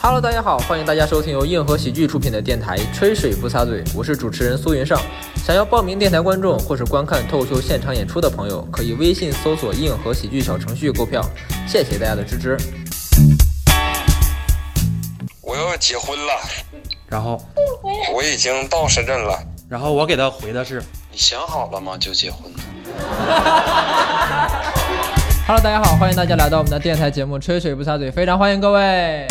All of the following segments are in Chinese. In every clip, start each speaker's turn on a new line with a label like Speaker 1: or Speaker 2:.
Speaker 1: Hello，大家好，欢迎大家收听由硬核喜剧出品的电台《吹水不擦嘴》，我是主持人苏云上。想要报名电台观众或是观看脱口秀现场演出的朋友，可以微信搜索“硬核喜剧”小程序购票。谢谢大家的支持。
Speaker 2: 我要结婚了，
Speaker 3: 然后，
Speaker 2: 我已经到深圳了。
Speaker 3: 然后我给他回的是，
Speaker 2: 你想好了吗？就结婚呢？
Speaker 1: Hello，大家好，欢迎大家来到我们的电台节目《吹水不擦嘴》，非常欢迎各位。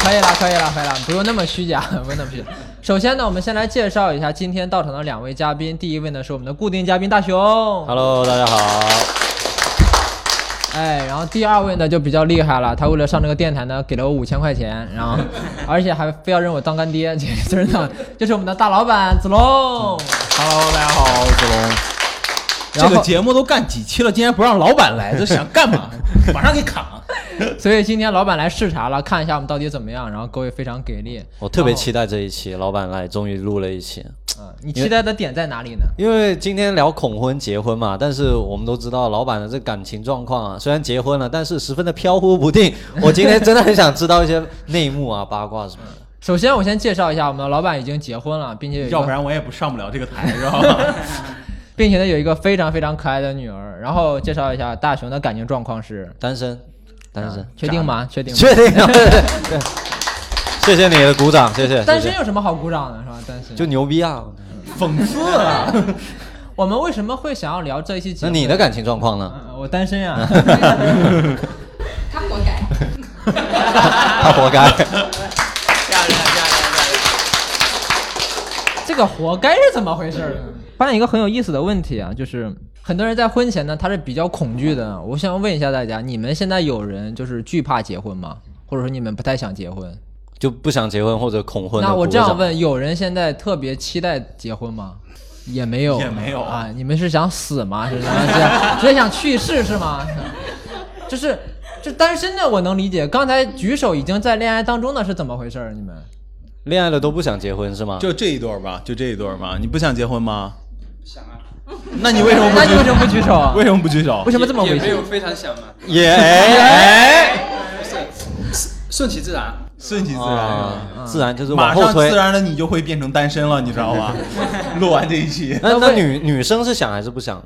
Speaker 1: 可以了，可以了，可以了，不用那么虚假， 不用那么虚假。首先呢，我们先来介绍一下今天到场的两位嘉宾。第一位呢是我们的固定嘉宾大熊
Speaker 4: Hello，大家好。
Speaker 1: 哎，然后第二位呢就比较厉害了，他为了上这个电台呢，给了我五千块钱，然 后而且还非要认我当干爹，这真的就是我们的大老板子龙。
Speaker 4: Hello，大家好，子龙。
Speaker 1: 然
Speaker 4: 这
Speaker 1: 后
Speaker 4: 个节目都干几期了，竟然不让老板来，这想干嘛？马上给卡。
Speaker 1: 所以今天老板来视察了，看一下我们到底怎么样。然后各位非常给力，
Speaker 4: 我特别期待这一期，老板来终于录了一期。
Speaker 1: 嗯，你期待的点在哪里呢？
Speaker 4: 因为今天聊恐婚结婚嘛，但是我们都知道老板的这感情状况啊，虽然结婚了，但是十分的飘忽不 定。我今天真的很想知道一些内幕啊、八卦什么的。
Speaker 1: 首先，我先介绍一下，我们的老板已经结婚了，并且有一个
Speaker 3: 要不然我也不上不了这个台，知道吧？
Speaker 1: 并且呢有一个非常非常可爱的女儿。然后介绍一下大熊的感情状况是，
Speaker 4: 单身，单身，
Speaker 1: 啊确定吗？确定吗？
Speaker 4: 确定啊？对对 对，谢谢你的鼓掌，谢谢。
Speaker 1: 单
Speaker 4: 谢
Speaker 1: 身
Speaker 4: 谢
Speaker 1: 有什么好鼓掌的，是吧？单身
Speaker 4: 就牛逼啊！
Speaker 3: 讽刺啊！
Speaker 1: 我们为什么会想要聊这一期节
Speaker 4: 那
Speaker 1: 目？
Speaker 4: 你的感情状况呢？
Speaker 1: 嗯我单身 呀、
Speaker 5: 他活该。
Speaker 4: 他活该。
Speaker 1: 这个活该是怎么回事儿呢？发现一个很有意思的问题啊，就是很多人在婚前呢，他是比较恐惧的。我想问一下大家，你们现在有人就是惧怕结婚吗？或者说你们不太想结婚？
Speaker 4: 就不想结婚或者恐婚的鼓掌。
Speaker 1: 那我这样问，有人现在特别期待结婚吗？也没有，
Speaker 3: 也没有
Speaker 1: 啊！你们是想死吗？是想是想直接想去世是吗？ 就是这单身的我能理解，刚才举手已经在恋爱当中的是怎么回事儿？你们
Speaker 4: 恋爱了都不想结婚是吗？
Speaker 3: 就这一对儿吧，就这一对儿吧。你不想结婚吗？想啊。那你为什么不？
Speaker 1: 那你为什么不举手啊
Speaker 3: 为什么不举手
Speaker 1: 为？什么这么回事？
Speaker 6: 非常想嘛，
Speaker 4: 也哎
Speaker 6: 顺其自然。
Speaker 3: 顺其自然啊。
Speaker 4: 啊，自然就是往
Speaker 3: 马
Speaker 4: 后
Speaker 3: 上
Speaker 4: 推
Speaker 3: 自。然的你就会变成单身了，你知道 吧？录完这一期，呃
Speaker 4: 那那女女生是想还是不想？哦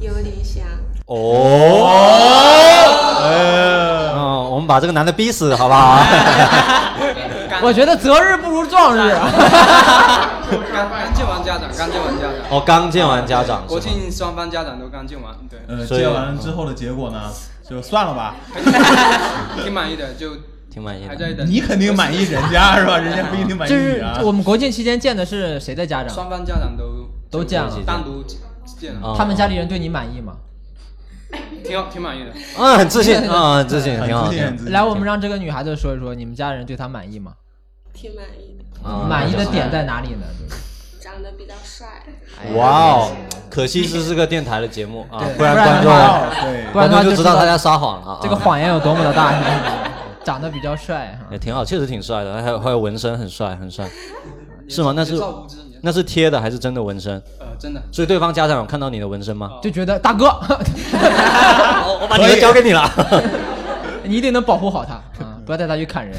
Speaker 5: 有点想，
Speaker 1: 哦
Speaker 4: 嗯，我们把这个男的逼死好不好？
Speaker 1: 我觉得择日不如撞日。啊
Speaker 6: 刚刚见完家长，刚见完家长，
Speaker 4: 我哦刚见完家长，
Speaker 6: 国
Speaker 4: 是吗
Speaker 6: 庆双方家长都刚见完，对，
Speaker 3: 呃，
Speaker 4: 所以
Speaker 3: 接完了之后的结果呢，就算了吧。
Speaker 6: 挺满意的，就
Speaker 4: 挺满意
Speaker 6: 还
Speaker 4: 的。
Speaker 6: 在等。
Speaker 3: 你肯定满意人家是吧？人家不一定满意
Speaker 1: 就
Speaker 3: 你
Speaker 1: 是
Speaker 3: 啊。
Speaker 1: 我们国庆期间见的是谁的家长？
Speaker 6: 双方家长都
Speaker 1: 都见了
Speaker 6: 单独见了，
Speaker 4: 啊
Speaker 1: 他们家里人对你满意吗？
Speaker 6: 哎挺好，挺满意的。
Speaker 4: 嗯，很自信，嗯，很自信，
Speaker 3: 很
Speaker 4: 挺好
Speaker 3: 自信很
Speaker 4: 的。
Speaker 3: 自信
Speaker 1: 来，我们让这个女孩子说一说，你们家人对她满意吗？
Speaker 5: 挺满意的，
Speaker 4: 嗯
Speaker 1: 满意的点在哪里呢？
Speaker 5: 长得比较帅。
Speaker 1: 哎
Speaker 7: 哎
Speaker 4: 哇哦，可惜这是个电台的节目啊
Speaker 1: 对，
Speaker 4: 不然
Speaker 1: 不
Speaker 4: 观
Speaker 1: 然
Speaker 4: 众
Speaker 1: 的话
Speaker 3: 哦对，
Speaker 1: 不然
Speaker 4: 观
Speaker 1: 的话
Speaker 4: 众
Speaker 1: 就
Speaker 4: 就
Speaker 1: 知
Speaker 4: 知
Speaker 1: 道
Speaker 4: 道大家撒谎了啊。
Speaker 1: 这个谎言有多么的大，长得比较帅啊哈。
Speaker 4: 也挺好，确实挺帅的，还有还有纹身，很帅，很 帅，是吗？那是
Speaker 6: 年少无知，年
Speaker 4: 那是贴的还是真的纹身？
Speaker 6: 呃，真的，
Speaker 4: 所以对方家长有看到你的纹身吗？
Speaker 1: 就觉得大哥，
Speaker 4: 我我把你的交给你了。
Speaker 1: 你一定能保护好他 啊，不要带他去砍人，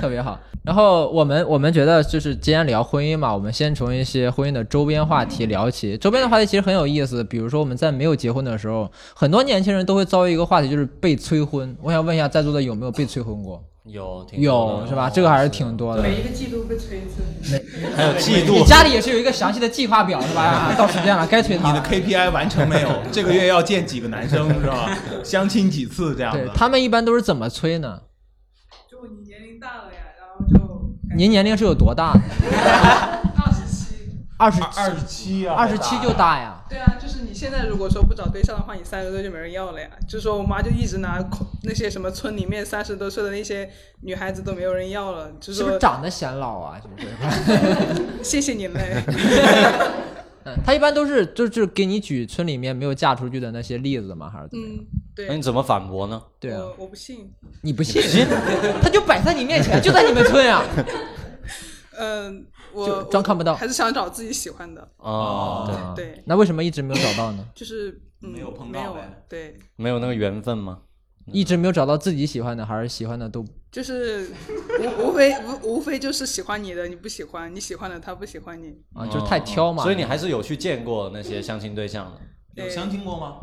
Speaker 1: 特别好。然后我们我们觉得就是既然聊婚姻嘛，我们先从一些婚姻的周边话题聊起。周边的话题其实很有意思，比如说我们在没有结婚的时候，很多年轻人都会遭遇一个话题，就是被催婚。我想问一下在座的有没有被催婚过？
Speaker 4: 有挺多
Speaker 1: 有
Speaker 4: 的
Speaker 1: 是吧？这个还是挺多的。
Speaker 5: 一个季度被催一次。
Speaker 4: 还有嫉
Speaker 1: 你
Speaker 4: 妒，
Speaker 1: 家 里也是有一个详细的计划表是吧？啊到时 间了，该催他
Speaker 3: 你的
Speaker 1: 了。
Speaker 3: KPI 完成没 有？这个月要见几个男生是吧？相亲几次这样
Speaker 1: 对
Speaker 3: 子？
Speaker 1: 他们一般都是怎么催呢？
Speaker 8: 就你年龄大了呀，然后就
Speaker 1: 您年龄是有多大？
Speaker 8: 二十七。
Speaker 1: 二十
Speaker 3: 二十七啊
Speaker 1: 二十七就大呀。
Speaker 8: 对啊，就是你现在如果说不找对象的话，你三十多就没人要了呀。就是说我妈就一直拿恐那些什么村里面三十多岁的那些女孩子都没有人要了，就是
Speaker 1: 不
Speaker 8: 说
Speaker 1: 是长得显老啊？是 不 是？
Speaker 8: 谢谢你嘞。
Speaker 1: 嗯，他一般都是就是给你举村里面没有嫁出去的那些例子嘛，还是怎么样？
Speaker 8: 嗯，
Speaker 4: 那
Speaker 8: 对
Speaker 4: 哎你，怎么反驳呢？
Speaker 1: 对啊
Speaker 8: 我，我不信。
Speaker 1: 你不信？ 他就摆在你 面前，就在你们村啊。
Speaker 8: 嗯，
Speaker 1: 就
Speaker 8: 我
Speaker 1: 装看不到
Speaker 8: 我还是想找自己喜欢的。
Speaker 4: 哦，对，
Speaker 1: 啊
Speaker 8: 对，
Speaker 1: 那为什么一直没有找到呢？
Speaker 8: 就是、嗯、
Speaker 3: 没有碰到
Speaker 8: 没有
Speaker 3: 呗
Speaker 8: 对，
Speaker 4: 没有那个缘分吗？
Speaker 1: 一直没有找到自己喜欢的，还是喜欢的都
Speaker 8: 就是无无非无无非就是喜欢你的你不喜欢，你喜欢的他不喜欢你。
Speaker 1: 啊，就是太挑嘛。
Speaker 4: 哦所以你还是有去见过那些相亲对象的。
Speaker 8: 对
Speaker 3: 有相亲过吗？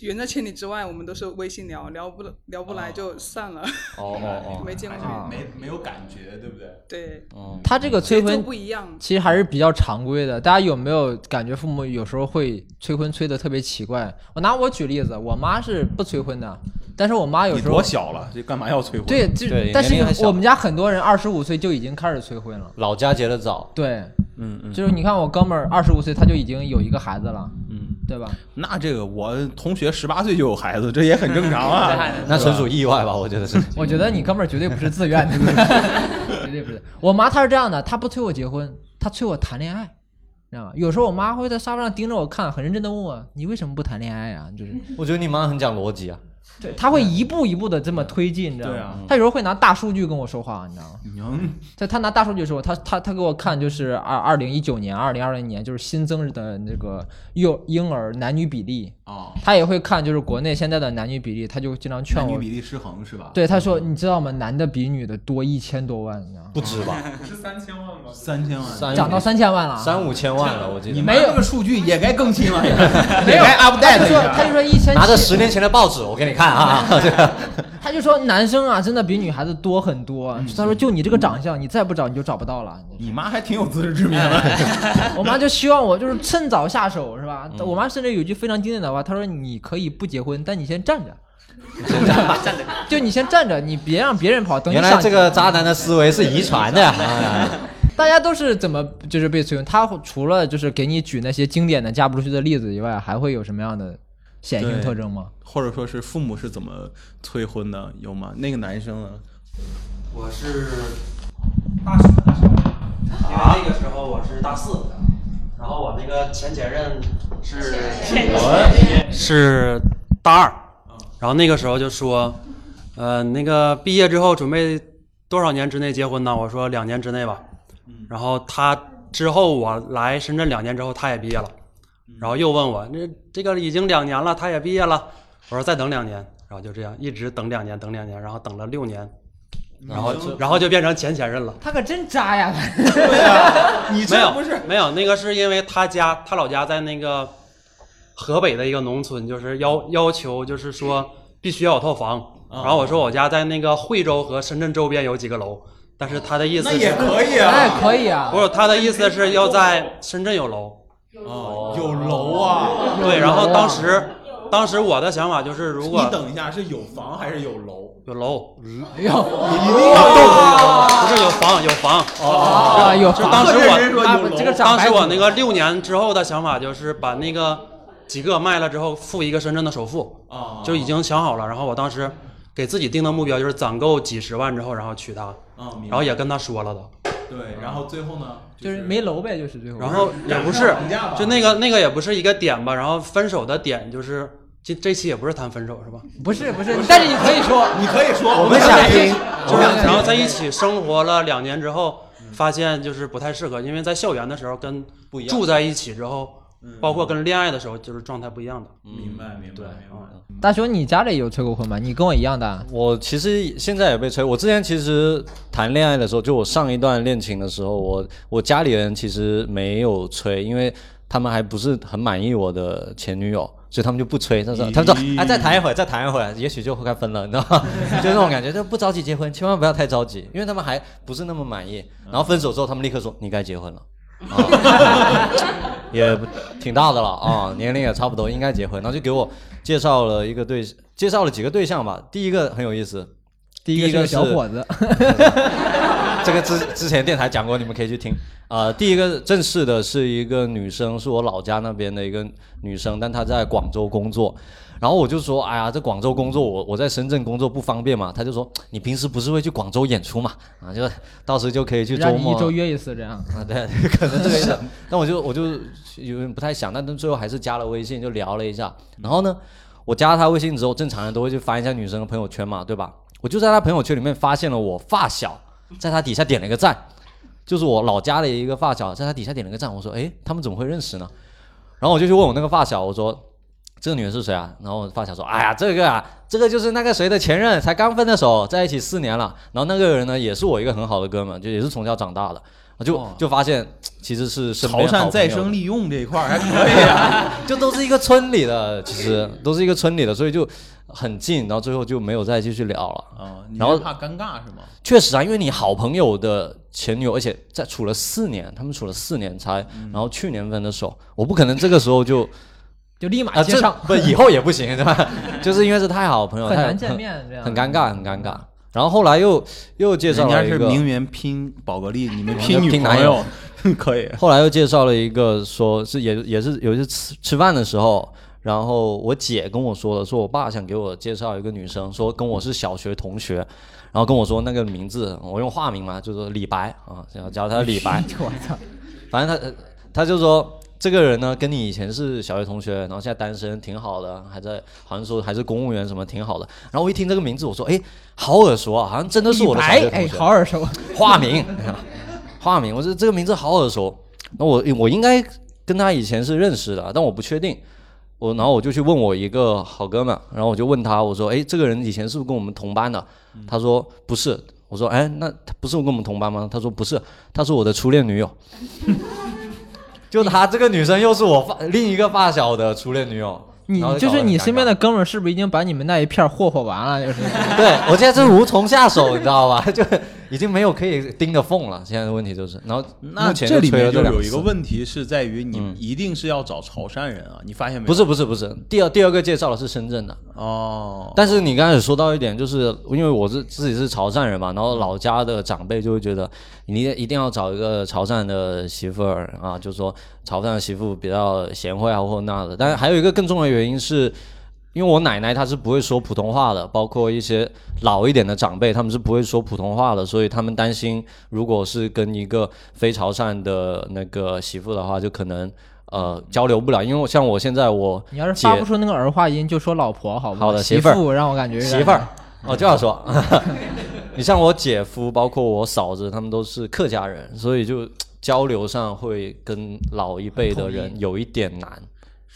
Speaker 8: 原在千里之外，我们都是微信聊，聊不聊不来就散了，
Speaker 4: 哦哦
Speaker 8: 没见过。
Speaker 1: 啊
Speaker 3: 没没有感觉，对不对？
Speaker 8: 对，
Speaker 4: 哦，
Speaker 1: 他这个催
Speaker 8: 节奏
Speaker 1: 婚
Speaker 8: 不一样。
Speaker 1: 其实还是比较常规的。大家有没有感觉父母有时候会催婚催的特别奇怪？我拿我举例子，我妈是不催婚的，但是我妈有
Speaker 3: 你
Speaker 1: 时候
Speaker 3: 多小了，这干嘛要催婚？
Speaker 1: 对，就
Speaker 4: 对
Speaker 1: 但
Speaker 4: 年龄还
Speaker 1: 是
Speaker 4: 小
Speaker 1: 我们家很多人二十五岁就已经开始催婚了。
Speaker 4: 老家结的早，
Speaker 1: 对，
Speaker 3: 嗯嗯
Speaker 1: 就是你看我哥们儿二十五岁他就已经有一个孩子了，
Speaker 3: 嗯，
Speaker 1: 对吧？
Speaker 3: 那这个我同学十八岁就有孩子，这也很正常 啊。
Speaker 4: 那纯属意外吧？我觉得是。
Speaker 1: 我觉得你哥们儿绝对不是自愿的，绝对不是。我妈她是这样的，她不催我结婚，她催我谈恋爱，你知道吗？有时候我妈会在沙发上盯着我看，很认真的问我：“你为什么不谈恋爱啊？”就是
Speaker 4: 我觉得你妈很讲逻辑啊。
Speaker 1: 对，她会一步一步的这么推进，你知道
Speaker 3: 对
Speaker 1: 吗
Speaker 3: 啊？
Speaker 1: 她有时候会拿大数据跟我说话，你知道吗？
Speaker 3: 嗯，
Speaker 1: 在她拿大数据说，她她她给我看就是二二零一九年、二零二零年就是新增的那个幼婴儿男女比例，
Speaker 3: 哦，
Speaker 1: 她也会看就是国内现在的男女比例，她就经常劝
Speaker 3: 男女
Speaker 1: 我。
Speaker 3: 比例失衡是吧？，
Speaker 1: 对，她说：“你知道吗？男的比女的多一千多万，你知道吗？
Speaker 4: 不止吧，
Speaker 3: 三千万。
Speaker 4: 三
Speaker 1: 涨到三千万了啊。
Speaker 4: 三五千万了，我记
Speaker 3: 你
Speaker 4: 得。哎
Speaker 3: 们
Speaker 1: 没有
Speaker 3: 这个数据也该更新了，也
Speaker 1: 没
Speaker 3: 也
Speaker 1: 有
Speaker 3: 该
Speaker 1: 他就
Speaker 3: update 一
Speaker 1: 说，
Speaker 3: 下。
Speaker 1: 他就说一千，
Speaker 4: 拿着十年前的报纸，我给你看 啊，这个
Speaker 1: 他就说男生啊，真的比女孩子多很多。啊他说就你这个长相，你再不找你就找不到了。
Speaker 3: 你妈还挺有自知之明的。
Speaker 1: 我妈就希望我就是趁早下手，是吧？我妈甚至有一句非常经典的话，她说你可以不结婚，但你先站着，就你先站着，你别让别人跑。等你
Speaker 4: 原来
Speaker 1: 上
Speaker 4: 这个渣男的思维是遗传 的呀。啊
Speaker 1: 大家都是怎么就是被催婚？他除了就是给你举那些经典的嫁不出去的例子以外，还会有什么样的显性
Speaker 3: 对
Speaker 1: 特征吗？
Speaker 3: 或者说是父母是怎么催婚的？有吗？那个男生啊呢？
Speaker 9: 我是大学的时候，因为那个时候我是大四，然后我那个前前任是是大二，然后那个时候就说，呃，那个毕业之后准备多少年之内结婚呢？我说两年之内吧。然后他之后我来深圳两年之后，他也毕业了，然后又问我，那这个已经两年了，他也毕业了，我说再等两年，然后就这样一直等两年，等两年，然后等了六年，然后就然后就变成前前任了。
Speaker 1: 他可真渣呀！
Speaker 3: 啊你
Speaker 9: 没有
Speaker 3: 这不是
Speaker 9: 没有，那个是因为他家他老家在那个河北的一个农村，就是要要求就是说必须要有套房。
Speaker 3: 啊
Speaker 9: 然后我说我家在那个惠州和深圳周边有几个楼，但是他的意思
Speaker 3: 那
Speaker 9: 是
Speaker 3: 也，可以
Speaker 1: 哎，
Speaker 3: 啊。
Speaker 1: 可以啊
Speaker 9: 不。是他的意思是要在深圳有楼。
Speaker 3: 哦，有楼啊。
Speaker 9: 对，然后当时当时我的想法就是，如
Speaker 3: 你
Speaker 9: 果
Speaker 3: 等一下，是有房还是有楼？
Speaker 9: 有 楼，
Speaker 3: 你一定要
Speaker 9: 不是有房有房，
Speaker 3: 哦
Speaker 1: 啊，有
Speaker 9: 就当时
Speaker 3: 这
Speaker 9: 我
Speaker 3: 人说
Speaker 1: 啊
Speaker 3: 有楼
Speaker 1: 这个长
Speaker 9: 当
Speaker 1: 白
Speaker 9: 时
Speaker 1: 骨
Speaker 9: 我那个六年之后的想法就是把那个几个卖了之后付一个深圳的首付，
Speaker 3: 啊，
Speaker 9: 就已经想好了。然后我当时给自己定的目标就是攒够几十万之后，然后娶她，
Speaker 3: 啊，明
Speaker 9: 然
Speaker 3: 白
Speaker 9: 后也跟她说了都。
Speaker 3: 对，然后最后呢，
Speaker 1: 就是没楼呗，就是最后。
Speaker 9: 然后也不是
Speaker 3: 绑架吧，
Speaker 9: 就那个那个也不是一个点吧。然后分手的点就是这这期也不是谈分手是吧？
Speaker 1: 不是不是，但是你可以说，
Speaker 3: 你可以说我
Speaker 4: 们想听
Speaker 9: 就是
Speaker 1: 我们
Speaker 9: 然后在一起生活了两年之后，发现就是不太适合，因为在校园的时候跟
Speaker 3: 不一样
Speaker 9: 住在一起之后，
Speaker 3: 嗯
Speaker 9: 包括跟恋爱的时候就是状态不一样的。嗯
Speaker 3: 明白明白明白，
Speaker 1: 大雄，你家里有催过婚吗？你跟我一样啊大，
Speaker 4: 我其实现在也被催。我之前其实谈恋爱的时候，就我上一段恋情的时候，我我家里人其实没有催，因为他们还不是很满意我的前女友，所以他们就不催。他说：“
Speaker 3: 咦
Speaker 4: 他们说，哎，再谈一会儿，再谈一会儿，也许就会该分了，你知道吗？就那种感觉，就不着急结婚，千万不要太着急，因为他们还不是那么满意。然后分手之后，他们立刻说：你该结婚了。”哦也不挺大的了啊、年龄也差不多，应该结婚。然后就给我介绍了一个对，介绍了几个对象吧。第一个很有意思，第
Speaker 1: 个
Speaker 4: 一
Speaker 1: 是
Speaker 4: 个
Speaker 1: 小伙子，
Speaker 4: 这个之之前电台讲过，你们可以去听。啊。第一个正式的是一个女生，是我老家那边的一个女生，但她在广州工作。然后我就说，哎呀，这广州工作，我我在深圳工作不方便嘛。她就说，你平时不是会去广州演出嘛？啊，就到时就可以去周
Speaker 1: 让你
Speaker 4: 末
Speaker 1: 一周约一次这样。
Speaker 4: 啊，对， 可能这个意思。但我就我就有点不太想，但最后还是加了微信，就聊了一下。然后呢，我加了他微信之后，正常人都会去翻一下女生的朋友圈嘛，对吧？我就在他朋友圈里面发现了我发小，在他底下点了一个赞，就是我老家的一个发小，在他底下点了个赞。我说，哎，他们怎么会认识呢？然后我就去问我那个发小，我说，这个女人是谁啊？然后我发小说，哎呀，这个啊，这个就是那个谁的前任，才刚分的手，在一起四年了。然后那个人呢，也是我一个很好的哥们，就也是从小长大的，我就
Speaker 3: 哇
Speaker 4: 就发现其实是身边
Speaker 3: 哦潮
Speaker 4: 好
Speaker 3: 汕
Speaker 4: 朋
Speaker 3: 再
Speaker 4: 友
Speaker 3: 生利用这一块儿还可以啊。
Speaker 4: 就都是一个村里的，其实都是一个村里的，所以就很近，然后最后就没有再继续聊了。
Speaker 3: 哦，你
Speaker 4: 然后
Speaker 3: 是怕尴尬是吗？
Speaker 4: 确实啊，因为你好朋友的前女友，而且在处了四年，他们处了四年才，然后去年分的手，我不可能这个时候就
Speaker 1: 就立马
Speaker 4: 啊，
Speaker 1: 接
Speaker 4: 这
Speaker 1: 上，
Speaker 4: 不以后也不行，对 吧？就是因为是太好朋友，
Speaker 1: 很
Speaker 4: 太
Speaker 1: 难见面这样，
Speaker 4: 很尴尬，很尴尬。然后后来又又介绍
Speaker 3: 人
Speaker 4: 了
Speaker 3: 家
Speaker 4: 一
Speaker 3: 是
Speaker 4: 个，
Speaker 3: 名媛拼宝格丽，你们
Speaker 4: 我
Speaker 3: 拼
Speaker 4: 们
Speaker 3: 女
Speaker 4: 拼男
Speaker 3: 朋友， 可以。
Speaker 4: 后来又介绍了一个，说是也也是有一次吃吃饭的时候，然后我姐跟我说了，说我爸想给我介绍一个女生，说跟我是小学同学，然后跟我说那个名字，我用化名嘛，就说李白啊，然后叫他李白，
Speaker 1: 我操，
Speaker 4: 反正他他就说这个人呢，跟你以前是小学同学，然后现在单身，挺好的，还在好像说还是公务员什么，挺好的。然后我一听这个名字，我说哎，好耳熟啊，好像真的是我的小
Speaker 1: 李
Speaker 4: 学同
Speaker 1: 白哎，
Speaker 4: 学，
Speaker 1: 好耳熟，
Speaker 4: 化名， 化名，我说这个名字好耳熟，那我我应该跟他以前是认识的，但我不确定。我然后我就去问我一个好哥们，然后我就问他，我说，哎，这个人以前是不是跟我们同班的？他说不是。我说，哎，那他不是跟我们同班吗？他说不是，她是我的初恋女友。 就她这个女生又是我发另一个发小的初恋女友。
Speaker 1: 你
Speaker 4: 然后
Speaker 1: 就
Speaker 4: 搞得
Speaker 1: 是
Speaker 4: 很
Speaker 1: 你
Speaker 4: 尴
Speaker 1: 身边
Speaker 4: 尬
Speaker 1: 的哥们儿，是不是已经把你们那一片儿霍霍完了？就是
Speaker 4: 对我现在真无从下手，你知道吧？ 就已经没有可以盯的缝了。现在的问题就是，然后
Speaker 3: 那
Speaker 4: 目前
Speaker 3: 这里
Speaker 4: 吹
Speaker 3: 面
Speaker 4: 了
Speaker 3: 就
Speaker 4: 这两
Speaker 3: 有一个
Speaker 4: 次，
Speaker 3: 问题是在于你
Speaker 4: 嗯
Speaker 3: 一定是要找潮汕人啊，你发现没有？
Speaker 4: 不是不是不是，第二第二个介绍的是深圳的，
Speaker 3: 哦，
Speaker 4: 但是你刚开始说到一点，就是因为我是自己是潮汕人嘛，然后老家的长辈就会觉得你一定要找一个潮汕的媳妇儿啊，就说潮汕的媳妇比较贤惠啊或那的。但是还有一个更重要的原因是，因为我奶奶她是不会说普通话的，包括一些老一点的长辈，他们是不会说普通话的，所以他们担心，如果是跟一个非潮汕的那个媳妇的话，就可能呃交流不了。因为像我现在我
Speaker 1: 你要是
Speaker 4: 姐
Speaker 1: 发不出那个儿化音，就说老婆好不
Speaker 4: 好的
Speaker 1: 媳
Speaker 4: 媳妇儿
Speaker 1: 妇让我感觉有点
Speaker 4: 媳妇儿，哦，就要说，你像我姐夫，包括我嫂子，他们都是客家人，所以就交流上会跟老一辈的人有一点难，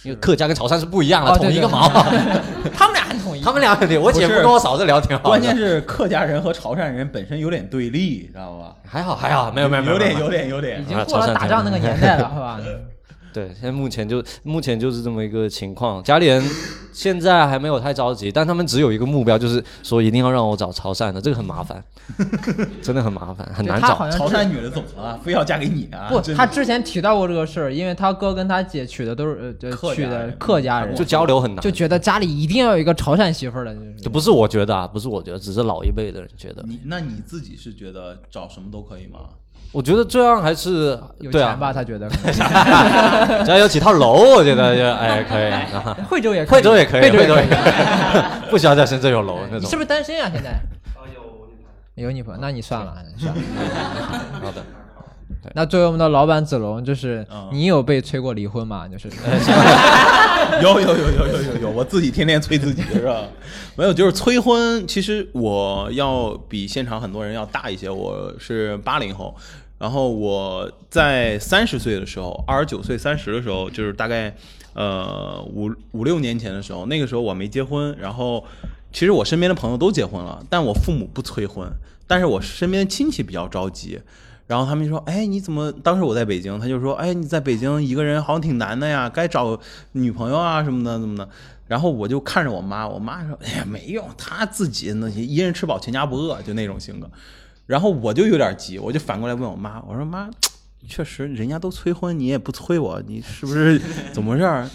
Speaker 4: 因为客家跟潮汕是不一样的，
Speaker 1: 哦对
Speaker 4: 统一
Speaker 1: 对
Speaker 4: 个
Speaker 1: 对
Speaker 4: 毛。
Speaker 1: 他们俩很统一，
Speaker 4: 他们俩肯定，我姐夫
Speaker 3: 不是
Speaker 4: 跟我嫂子聊挺好的，
Speaker 3: 关键是客家人和潮汕人本身有点对立，知道吧？
Speaker 4: 还好还好，没有没有没
Speaker 3: 有点
Speaker 4: 没
Speaker 3: 有点有点
Speaker 1: 已。
Speaker 4: 啊
Speaker 1: 经过了打仗那个 年代了，好吧？
Speaker 4: 对，现在目前就目前就是这么一个情况，家里人现在还没有太着急，但他们只有一个目标，就是说一定要让我找潮汕的，这个很 麻烦，真的很麻烦，很
Speaker 1: 对
Speaker 4: 难
Speaker 1: 他
Speaker 4: 找
Speaker 1: 好。像
Speaker 3: 潮
Speaker 1: 之
Speaker 3: 汕女的怎么了？非要嫁给你啊？
Speaker 1: 不，
Speaker 3: 真的
Speaker 1: 他之前提到过这个事儿，因为他哥跟他姐娶的都是呃
Speaker 3: 客家
Speaker 1: 呃娶的
Speaker 3: 人
Speaker 1: 客家人，
Speaker 4: 就交流很难，
Speaker 1: 就觉得家里一定要有一个潮汕媳妇儿的，就是
Speaker 4: 这不是我觉得啊，不是我觉得，只是老一辈的人觉得。
Speaker 3: 你那你自己是觉得找什么都可以吗？
Speaker 4: 我觉得这样还是
Speaker 1: 有
Speaker 4: 对
Speaker 1: 钱
Speaker 4: 啊，
Speaker 1: 吧？他觉得
Speaker 4: 只要有几套楼，我觉得就哎可以啊。
Speaker 1: 惠州也可以
Speaker 4: 惠州也可以，
Speaker 1: 惠州也
Speaker 4: 州
Speaker 1: 可
Speaker 4: 也
Speaker 1: 以。
Speaker 4: 可以，不需 要在深圳有楼那
Speaker 1: 你
Speaker 4: 种
Speaker 1: 是。不是单身啊？现在？有女朋友，
Speaker 3: 啊
Speaker 1: 那你算了，哎算了。
Speaker 4: 好的，
Speaker 1: 那作为我们的老板子龙，就是
Speaker 3: 嗯
Speaker 1: 你有被催过离婚吗？就是
Speaker 3: 有有有有有有有，我自己天天催自己是吧？没有，就是催婚。其实我要比现场很多人要大一些，我是八零后。然后我在三十岁的时候，二十九岁、三十的时候，就是大概呃五五六年前的时候，那个时候我没结婚。然后其实我身边的朋友都结婚了，但我父母不催婚，但是我身边的亲戚比较着急。然后他们就说：“哎，你怎么？当时我在北京，他就说：哎，你在北京一个人好像挺难的呀，该找女朋友啊什么的，怎么的。”然后我就看着我妈，我妈说：“哎呀，没用，她自己那一人吃饱全家不饿，就那种性格。”然后我就有点急，我就反过来问我妈：“我说妈，确实人家都催婚，你也不催我，你是不是怎么回事儿？”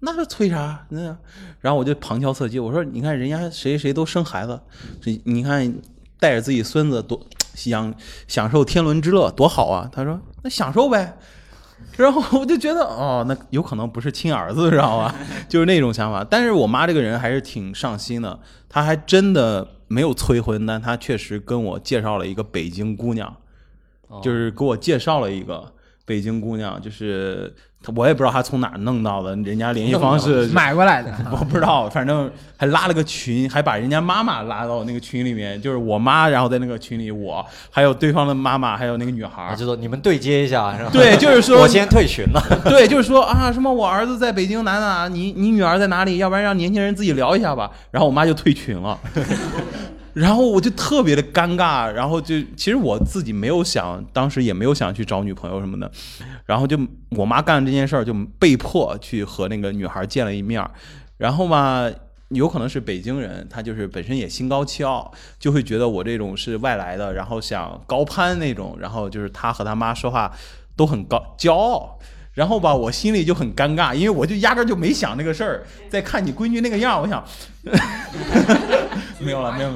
Speaker 3: 那是催啥？那样，然后我就旁敲侧击，我说：“你看人家谁谁谁都生孩子，这你看带着自己孙子多享享受天伦之乐多好啊！”他说：“那享受呗。”然后我就觉得，哦，那有可能不是亲儿子，知道吧？ 就是那种想法。但是我妈这个人还是挺上心的，她还真的没有催婚，但
Speaker 1: 哦
Speaker 3: 她确实跟我介绍了一个北京姑娘，就是给我介绍了一个。北京姑娘，就是她我也不知道她从哪儿弄到的，人家联系方式
Speaker 1: 买过来的。
Speaker 3: 我不知道，反正还拉了个群，还把人家妈妈拉到那个群里面，就是我妈，然后在那个群里我还有对方的妈 妈，还有那个女孩
Speaker 4: 啊，
Speaker 3: 儿。
Speaker 4: 就说你们对接一下，是吧？
Speaker 3: 对就是说
Speaker 4: 我先退群了。
Speaker 3: 对，就是说啊，什么我儿子在北京哪哪，你你女儿在哪里？要不然让年轻人自己聊一下吧。然后我妈就退群了， 然后我就特别的尴尬，然后就其实我自己没有想，当时也没有想去找女朋友什么的，然后就我妈干了这件事儿，就被迫去和那个女孩见了一面儿，然后嘛。有可能是北京人，她就是本身也心高气傲，就会觉得我这种是外来的，然后想高攀那种，然后就是她和她妈说话都很高骄傲，然后吧，我心里就很尴尬，因为我就压根儿就没想这个事儿。再看你闺女那个样儿，我想，没有了，没有了。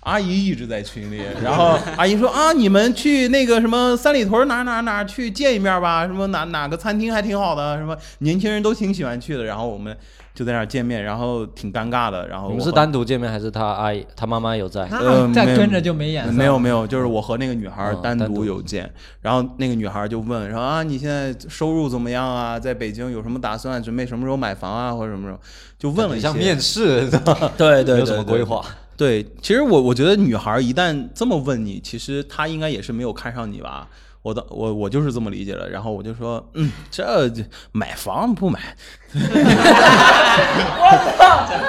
Speaker 3: 阿姨一直在群 里，然后阿姨说啊，你们去那个什么三里屯哪哪哪去见一面吧，什么哪哪个餐厅还挺好的，什么年轻人都挺喜欢去的。然后我们就在那儿见面，然后挺尴尬的。然后
Speaker 4: 你们
Speaker 3: 我
Speaker 4: 是
Speaker 3: 和
Speaker 4: 单独见面还是他阿姨、他妈妈有在？
Speaker 3: 呃
Speaker 1: 那再啊跟着就没眼色了。
Speaker 3: 没有没有，就是我和那个女孩儿
Speaker 4: 哦
Speaker 3: 单
Speaker 4: 单
Speaker 3: 独
Speaker 4: 独
Speaker 3: 有见，然后那个女孩儿就问说啊，你现在收入怎么样啊？在北京有什么打算？准备什么时候买房啊，或者什么时候？就问了一些。
Speaker 4: 像面试，是吧？
Speaker 3: 对对对
Speaker 4: 有什么
Speaker 3: 对
Speaker 4: 规划？
Speaker 3: 对，其实我我觉得女孩儿一旦这么问你，其实她应该也是没有看上你吧。我的我我就是这么理解的，然后我就说，嗯，这就买房不 买，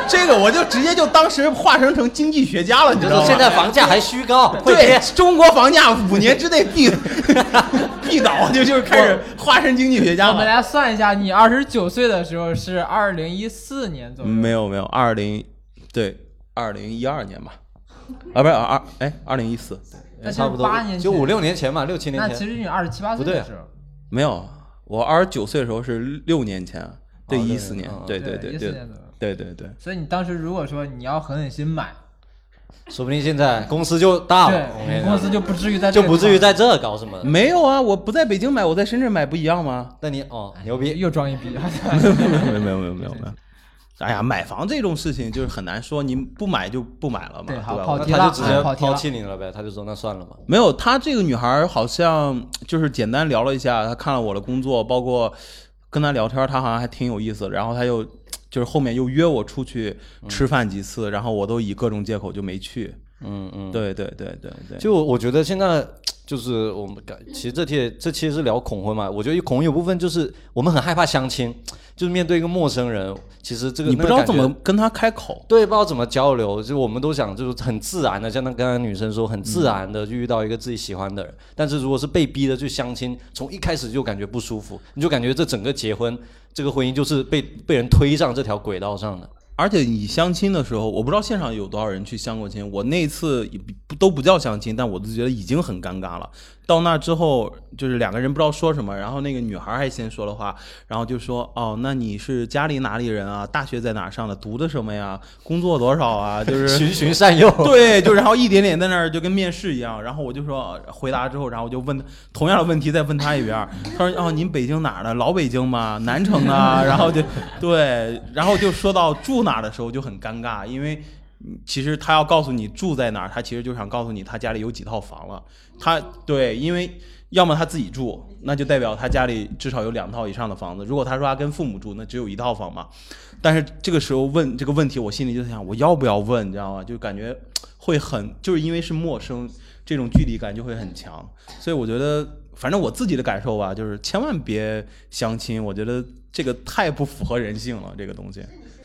Speaker 3: 这个我就直接就当时化身成经济学家了，你知
Speaker 4: 就
Speaker 3: 道
Speaker 4: 说
Speaker 3: 吗？
Speaker 4: 现在房价还虚高，会
Speaker 3: 对
Speaker 4: 跌。
Speaker 3: 中国房价五年之内 必必倒，就就是开始化身经济学家
Speaker 1: 我们
Speaker 3: 了。
Speaker 1: 来算一下，你二十九岁的时候是二零一四年左右，
Speaker 3: 没有没有，二零对二零一二年吧，啊不是二哎二零一四
Speaker 1: 那
Speaker 4: 差不多
Speaker 1: 八年前
Speaker 4: 就五六年前嘛，六七年
Speaker 1: 那
Speaker 4: 前
Speaker 1: 其。实你二十七八岁
Speaker 4: 不对
Speaker 1: 的
Speaker 4: 啊
Speaker 1: 时候，
Speaker 3: 没有，我二十九岁的时候是六年前，
Speaker 1: 哦
Speaker 3: 对
Speaker 4: 对
Speaker 3: 一四年
Speaker 4: 嗯，
Speaker 3: 对对
Speaker 1: 对
Speaker 3: 对
Speaker 1: 一
Speaker 3: 对
Speaker 1: 四年左右。
Speaker 3: 对对对，
Speaker 1: 所以你当时如果说你要狠狠心买，
Speaker 4: 说不定现在公司就大
Speaker 1: 对
Speaker 4: 了，，我
Speaker 1: 我
Speaker 4: 跟
Speaker 1: 们
Speaker 4: 你
Speaker 1: 公
Speaker 4: 讲
Speaker 1: 司就不至于在这
Speaker 4: 就
Speaker 1: 个
Speaker 4: 不至于
Speaker 1: 地
Speaker 4: 在
Speaker 1: 方
Speaker 4: 这搞什么。
Speaker 3: 没有啊，我不在北京买，我在深圳买不一样吗？
Speaker 4: 那你哦，牛逼！
Speaker 1: 又装一逼。啊
Speaker 3: 没有没有没有没有没有。哎呀，买房这种事情就是很难说，你不买就不买了嘛，哎
Speaker 1: 对
Speaker 3: 对
Speaker 1: 好
Speaker 3: 吧？
Speaker 1: 跑
Speaker 4: 那
Speaker 1: 题
Speaker 4: 他
Speaker 1: 了啊
Speaker 4: 就直接
Speaker 1: 跑题
Speaker 4: 抛
Speaker 1: 了
Speaker 4: 弃你了呗，他就说那算了吧。
Speaker 3: 没有，她这个女孩儿好像就是简单聊了一下，她看了我的工作，包括跟她聊天儿，她好像还挺有意思的。然后她又就是后面又约我出去吃饭几次，然后我都以各种借口就没去。
Speaker 4: 嗯嗯，
Speaker 3: 对对对对对，
Speaker 4: 就我觉得现在就是我们感，其实这期这期是聊恐婚嘛，我觉得恐婚有部分就是我们很害怕相亲，就是面对一个陌生人，其实这个
Speaker 3: 你不知
Speaker 4: 那
Speaker 3: 道
Speaker 4: 个
Speaker 3: 怎
Speaker 4: 感觉
Speaker 3: 么跟她开口。
Speaker 4: 对，不知道怎么交流，就我们都想就是很自然的，像那刚刚女生说，很自然的就遇到一个自己喜欢的人。但是如果是被逼的去相亲，从一开始就感觉不舒服，你就感觉这整个结婚，这个婚姻就是被被人推上这条轨道上的。
Speaker 3: 而且你相亲的时候，我不知道现场有多少人去相过亲。我那次也不都不叫相亲，但我都觉得已经很尴尬了。到那之后，就是两个人不知道说什么，然后那个女孩还先说了话，然后就说：“哦，那你是家里哪里人啊？大学在哪上的？读的什么呀？工作多少啊？”就是。
Speaker 4: 循循善诱，
Speaker 3: 对，就然后一点点在那儿就跟面试一样，然后我就说回答之后，然后我就问同样的问题再问他一遍儿，他说哦，您北京哪儿的？老北京吗？南城啊？然后就对，然后就说到住哪儿的时候就很尴尬，因为嗯其实他要告诉你住在哪儿，他其实就想告诉你他家里有几套房了。他对，因为要么他自己住，那就代表他家里至少有两套以上的房子。如果他说他跟父母住，那只有一套房嘛。但是这个时候问这个问题，我心里就想，我要不要问？你知道吗？就感觉会很，就是因为是陌生，这种距离感就会很强。所以我觉得，反正我自己的感受吧，就是千万别相亲，我觉得这个太不符合人性了，这个东西。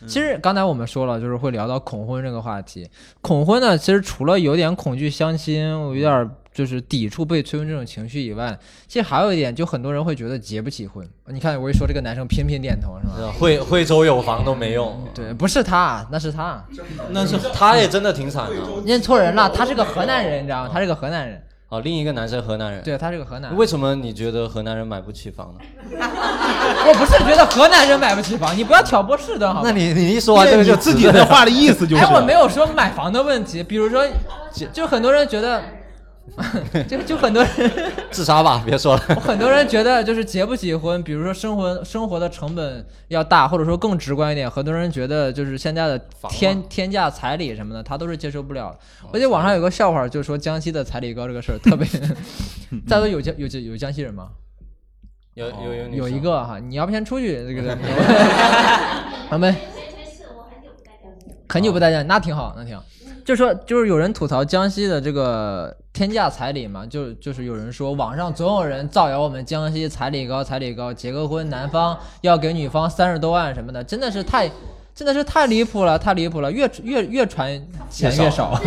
Speaker 1: 其实刚才我们说了，就是会聊到恐婚这个话题。恐婚呢，其实除了有点恐惧相亲，我有点就是抵触被催婚这种情绪以外，其实还有一点，就很多人会觉得结不起婚。你看我一说这个男生频频点头是吧？
Speaker 4: 惠惠州有房都没用，
Speaker 1: 对，不是他，那是他，
Speaker 4: 那是 他也真的挺惨的。
Speaker 1: 认错人了。他是个河南人，你知道吗？他是个河南人，
Speaker 4: 好，另一个男生河南人，
Speaker 1: 对他是个河南人。
Speaker 4: 为什么你觉得河南人买不起房呢？
Speaker 1: 我不是觉得河南人买不起房，你不要挑拨事端好吗
Speaker 4: 那？你你一说完这个
Speaker 3: 你
Speaker 4: 就
Speaker 3: 自己的话的意思就是，
Speaker 1: 哎，我没有说买房的问题，比如说，就很多人觉得 就就很多人，
Speaker 4: 自杀吧，别说了。
Speaker 1: 很多人觉得就是结不起婚，比如说生活生活的成本要大，或者说更直观一点，很多人觉得就是现在的
Speaker 4: 房
Speaker 1: 天嗯天价彩礼什么的，他都是接受不了的。而且网上有个笑话，就说江西的彩礼高这个事儿 特别，在座有江有有有江西人吗？
Speaker 4: 有有有女
Speaker 1: 有
Speaker 4: 生
Speaker 1: 一个哈，你要不先出去这 个，咱们很久不待见，那挺好，那挺好。就说就是有人吐槽江西的这个天价彩礼嘛，就就是有人说网上总有人造谣我们江西彩礼高，彩礼高，结个婚男方要给女方三十多万什么的，真的是太真的是太离谱了，太离谱了，越越越传钱越少。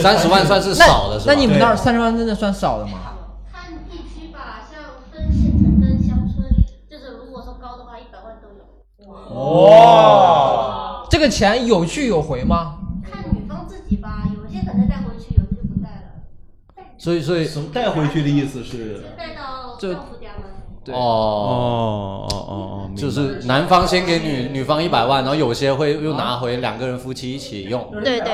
Speaker 4: 三十万算是少的是吧？
Speaker 1: 那你们那儿三十万真的算少的吗？
Speaker 10: 看地区吧，像分县城跟乡村，就是如果说高的话，一百万都有。
Speaker 1: 这个钱有去有回吗？
Speaker 10: 看女方自己吧，有些可能带回去，有些就不带了，
Speaker 4: 所以所以
Speaker 3: 什么带回去的意思是？
Speaker 10: 就带到
Speaker 1: 这
Speaker 10: 丈夫家了。
Speaker 1: 对
Speaker 4: 哦。
Speaker 3: 哦哦哦，就
Speaker 4: 就
Speaker 3: 是
Speaker 4: 是男方先给女女方一百万，然后有些会又拿回两个人夫妻一起用。
Speaker 10: 对对对，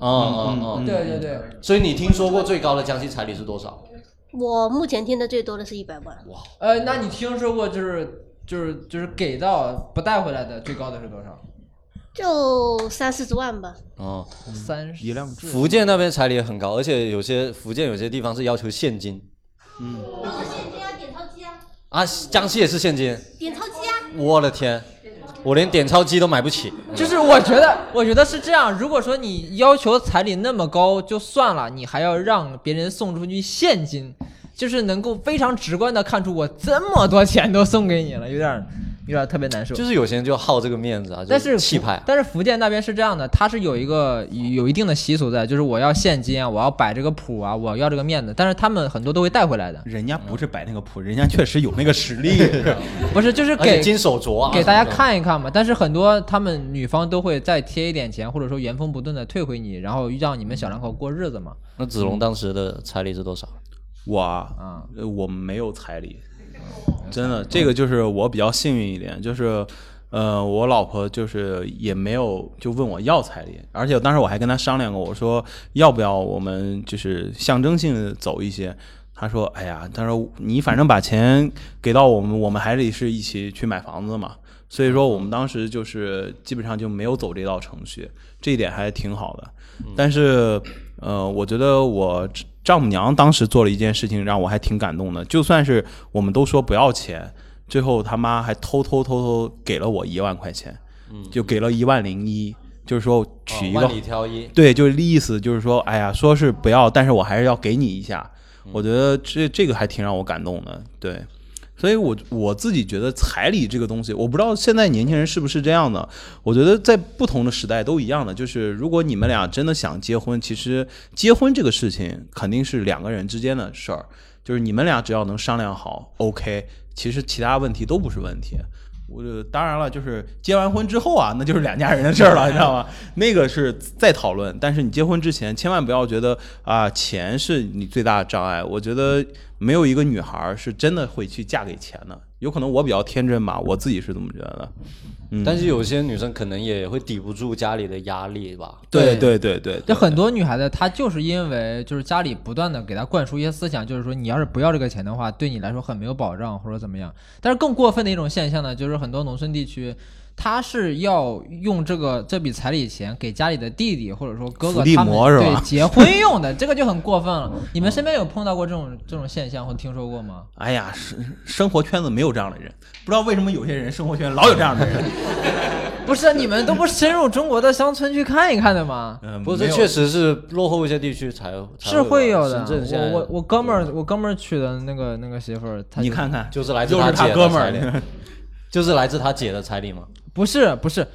Speaker 4: 嗯嗯嗯。
Speaker 1: 对对对，
Speaker 4: 所以你听说过最高的江西彩礼是多少？
Speaker 10: 我目前听的最多的是一百万，
Speaker 1: 呃，那你听说过就是就是就是给到不带回来的最高的是多少？
Speaker 10: 就三四十万吧。
Speaker 4: 哦，
Speaker 1: 三十
Speaker 3: 一辆车
Speaker 4: 福建那边彩礼也很高，而且有些福建有些地方是要求现金
Speaker 10: 不是现金啊，点钞机啊，
Speaker 4: 啊，江西也是现金。
Speaker 10: 点钞机啊，
Speaker 4: 我的天，我连点钞机都买不起。
Speaker 1: 就是我觉得，我觉得是这样。如果说你要求彩礼那么高就算了，你还要让别人送出去现金，就是能够非常直观的看出我这么多钱都送给你了，有点儿有点儿特别难受。
Speaker 4: 就是有些人就好这个面子啊，就
Speaker 1: 但是
Speaker 4: 气
Speaker 1: 福
Speaker 4: 派。
Speaker 1: 但是福建那边是这样的，它是有一个有一定的习俗在，就是我要现金啊，我要摆这个谱啊，我要这个面子。但是他们很多都会带回来的，嗯
Speaker 3: 人家不是摆那个谱，人家确实有那个实力。
Speaker 1: 不是就是
Speaker 4: 而且
Speaker 1: 给
Speaker 4: 金手镯啊，
Speaker 1: 给大家
Speaker 4: 什么的。
Speaker 1: 看一看嘛。但是很多他们女方都会再贴一点钱，或者说原封不动的退回你，然后让你们小两口过日子嘛。
Speaker 4: 那子龙当时的彩礼是多少？
Speaker 3: 嗯
Speaker 4: 嗯
Speaker 3: 我啊，呃我没有彩礼，真的，这个就是我比较幸运一点，就是。呃，我老婆就是也没有就问我要彩礼，而且当时我还跟她商量过，我说要不要我们就是象征性的走一些。她说：“哎呀，她说你反正把钱给到我们，我们还得是一起去买房子嘛。”所以说我们当时就是基本上就没有走这道程序，这一点还挺好的。但是，呃，我觉得我丈母娘当时做了一件事情让我还挺感动的，就算是我们都说不要钱，最后他妈还偷偷偷偷给了我一万块钱，就给了一万零一，就是说取一
Speaker 4: 哦
Speaker 3: 个、
Speaker 4: 万里挑一。
Speaker 3: 对，就是意思就是说，哎呀，说是不要，但是我还是要给你一下。
Speaker 4: 嗯
Speaker 3: 我觉得这这个还挺让我感动的，对。所以我，我自己觉得彩礼这个东西，我不知道现在年轻人是不是这样的。我觉得在不同的时代都一样的，就是如果你们俩真的想结婚，其实结婚这个事情肯定是两个人之间的事儿，就是你们俩只要能商量好，OK，其实其他问题都不是问题。我就当然了，就是结完婚之后啊，那就是两家人的事儿了，你知道吗？ 那个是再讨论，但是你结婚之前千万不要觉得啊、钱是你最大的障碍。我觉得没有一个女孩儿是真的会去嫁给钱的，有可能我比较天真吧，我自己是这么觉得的。嗯
Speaker 4: 但是有些女生可能也会抵不住家里的压力吧。
Speaker 3: 对对对对，
Speaker 1: 就很多女孩子，她就是因为就是家里不断的给她灌输一些思想，就是说你要是不要这个钱的话，对你来说很没有保障或者怎么样。但是更过分的一种现象呢，就是很多农村地区，她是要用这个这笔彩礼钱给家里的弟弟或者说哥哥
Speaker 3: 伏地
Speaker 1: 他们
Speaker 3: 魔是吧
Speaker 1: 对 结婚用的，这个就很过分了。你们身边有碰到过这种这种现象或听说过吗？
Speaker 3: 哎呀，生生活圈子没有这样的人，不知道为什么有些人生活圈老有这样的 人。
Speaker 1: 不是，啊你们都不深入中国的乡村去看一看的吗？
Speaker 3: 嗯，
Speaker 4: 不过
Speaker 3: 没
Speaker 4: 这
Speaker 3: 有
Speaker 4: 确实是落后一些地区才才
Speaker 1: 是会有的
Speaker 4: 深圳现在。。
Speaker 1: 我我我哥们儿，我哥们儿娶的那个那个媳妇儿，她
Speaker 3: 你
Speaker 1: 就
Speaker 3: 看看，
Speaker 4: 就是来自
Speaker 3: 又是
Speaker 4: 姐
Speaker 3: 他
Speaker 4: 的
Speaker 3: 哥们
Speaker 4: 彩礼
Speaker 3: 儿，
Speaker 4: 就是来自他姐的彩礼嘛。
Speaker 1: 不是不是，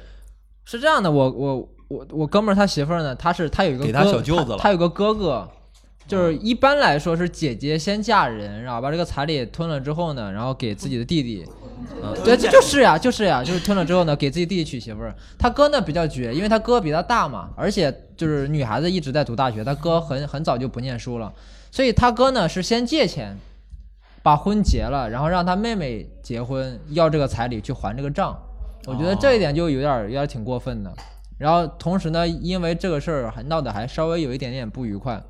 Speaker 1: 是这样的，我我我我哥们儿他媳妇儿呢，他是他有一个
Speaker 3: 给他
Speaker 1: 哥
Speaker 3: 小舅子了嗯
Speaker 1: 他，他有个哥哥，就是一般来说是姐姐先嫁人，然后把这个彩礼吞了之后呢，然后给自己的弟弟。
Speaker 3: 嗯
Speaker 1: 对，这就是呀，就是呀，就是吞了之后呢，给自己弟弟娶媳妇儿。他哥呢比较绝，因为他哥比他大嘛，而且就是女孩子一直在读大学，他哥很很早就不念书了，所以他哥呢是先借钱，把婚结了，然后让他妹妹结婚要这个彩礼去还这个账。我觉得这一点就有点儿有点儿挺过分的。然后同时呢，因为这个事儿还闹得还稍微有一点点不愉快，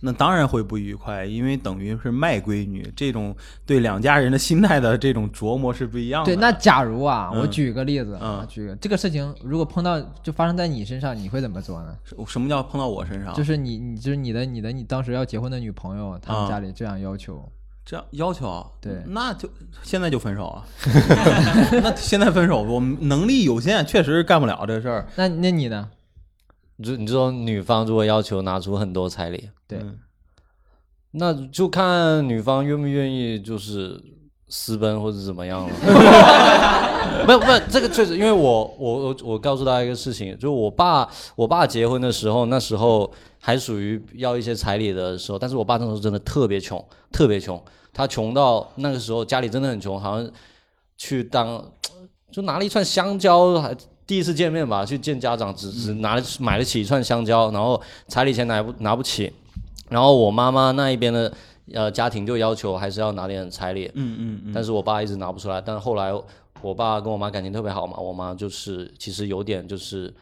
Speaker 3: 那当然会不愉快，因为等于是卖闺女，这种对两家人的心态的这种琢磨是不一样的。
Speaker 1: 对，那假如啊，
Speaker 3: 嗯
Speaker 1: 我举个例子，啊
Speaker 3: 嗯
Speaker 1: 举个这个事情，如果碰到就发生在你身上，你会怎么做呢？
Speaker 3: 什什么叫碰到我身上？
Speaker 1: 就是你，你就是你的，你的，你当时要结婚的女朋友，他们
Speaker 3: 啊
Speaker 1: 家里这样要求，
Speaker 3: 这样要求啊？
Speaker 1: 对
Speaker 3: 那就现在就分手啊？ 那现在分手，我们能力有限，确实干不了这事儿。
Speaker 1: 那那你呢？
Speaker 4: 你知你知道女方如果要求拿出很多彩礼，
Speaker 1: 对
Speaker 3: 嗯
Speaker 4: 那就看女方愿不愿意，就是私奔或者怎么样了。不不，这个确实，因为我我我我告诉大家一个事情，就我爸我爸结婚的时候，那时候还属于要一些彩礼的时候，但是我爸那时候真的特别穷，特别穷，他穷到那个时候家里真的很穷，好像去当就拿了一串香蕉，还第一次见面吧，去见家长，只
Speaker 3: 嗯
Speaker 4: 只拿了买得起一串香蕉，然后彩礼钱拿不拿不起，然后我妈妈那一边的呃家庭就要求还是要拿点彩礼，
Speaker 3: 嗯嗯嗯，
Speaker 4: 但是我爸一直拿不出来。但后来我爸跟我妈感情特别好嘛，我妈就是其实有点就是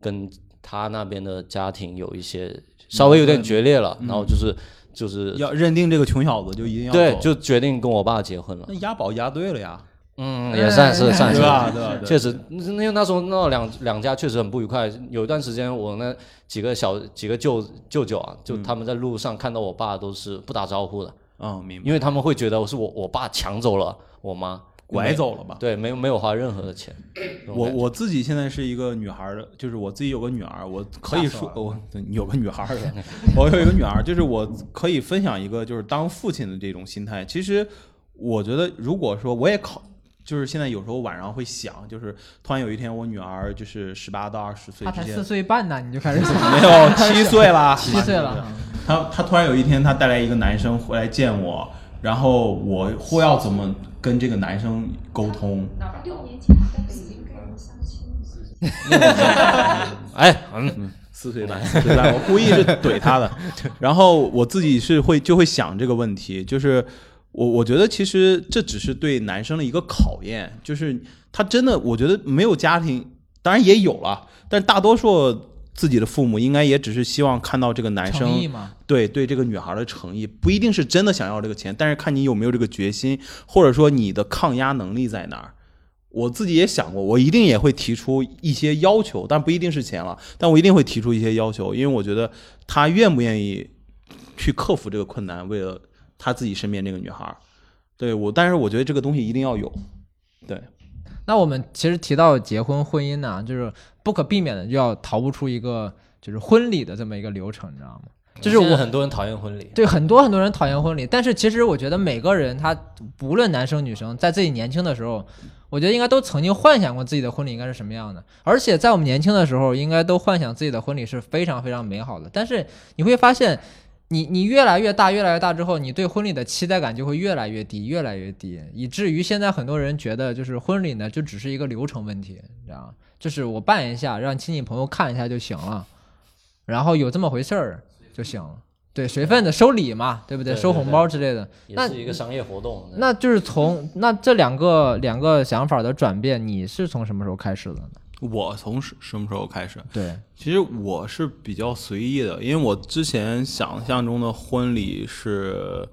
Speaker 4: 跟他那边的家庭有一些稍微有点决裂了，然后就是就是
Speaker 3: 嗯要认定这个穷小子就一定要
Speaker 4: 对
Speaker 3: 走
Speaker 4: 就决定跟我爸结婚了
Speaker 3: 那。押宝押对了呀，
Speaker 1: 哎
Speaker 4: 嗯，也算是算
Speaker 3: 对
Speaker 4: 是。
Speaker 3: 吧？对吧？对吧
Speaker 4: 确实，因为那时候闹两两家确实很不愉快。有一段时间，我那几个小几个舅舅舅啊，就他们在路上看到我爸都是不打招呼的，
Speaker 3: 嗯，明白。
Speaker 4: 因为他们会觉得是我我爸抢走了我妈，
Speaker 3: 拐走了吧？
Speaker 4: 对，没有没有花任何的钱。这种
Speaker 3: 我
Speaker 4: 感觉
Speaker 3: 我自己现在是一个女孩儿的，就是我自己有个女儿，我可以说我对有个女孩儿的， 我有一个女儿，就是我可以分享一个就是当父亲的这种心态。其实我觉得，如果说我也考，就是现在有时候晚上会想，就是突然有一天我女儿就是十八到二十岁
Speaker 1: 他
Speaker 3: 之
Speaker 1: 才
Speaker 3: 间
Speaker 1: 四，岁半呢，你就 开始想
Speaker 3: 没有七岁啦，
Speaker 1: 七岁了，
Speaker 3: 他他突然有一天，他带来一个男生回来见我，然后我会要怎么跟这个男生沟通？
Speaker 5: 六年前在北京跟人相亲，
Speaker 4: 哎，嗯，
Speaker 3: 四岁半，四岁半，我故意是怼他的。然后我自己是会就会想这个问题，就是我我觉得其实这只是对男生的一个考验，就是他真的我觉得没有家庭，当然也有了，但大多数自己的父母应该也只是希望看到这个男
Speaker 1: 诚意
Speaker 3: 生
Speaker 1: 嘛，
Speaker 3: 对对这个女孩的诚意，不一定是真的想要这个钱，但是看你有没有这个决心，或者说你的抗压能力在哪儿。我自己也想过，我一定也会提出一些要求，但不一定是钱了，但我一定会提出一些要求，因为我觉得他愿不愿意去克服这个困难，为了他自己身边这个女孩儿。对我，但是我觉得这个东西一定要有。对，
Speaker 1: 那我们其实提到结婚婚姻呢、就是不可避免的就要逃不出一个就是婚礼的这么一个流程，啊你知道吗？就是
Speaker 4: 现在
Speaker 1: 我
Speaker 4: 很多人讨厌婚礼，
Speaker 1: 对很多很多人讨厌婚礼，但是其实我觉得每个人他无论男生女生，在自己年轻的时候，我觉得应该都曾经幻想过自己的婚礼应该是什么样的，而且在我们年轻的时候，应该都幻想自己的婚礼是非常非常美好的。但是你会发现，你你越来越大，越来越大之后，你对婚礼的期待感就会越来越低，越来越低，以至于现在很多人觉得，就是婚礼呢，就只是一个流程问题，你知道吗就是我办一下，让亲戚朋友看一下就行了，然后有这么回事儿就行了。对，随份子收礼嘛，对不对？
Speaker 4: 对对
Speaker 1: 收红包之类的。
Speaker 4: 也
Speaker 1: 那
Speaker 4: 是一个商业活动。
Speaker 1: 那就是从那这两个两个想法的转变，你是从什么时候开始的呢？
Speaker 3: 我从什什么时候开始？
Speaker 1: 对，
Speaker 3: 其实我是比较随意的，因为我之前想象中的婚礼是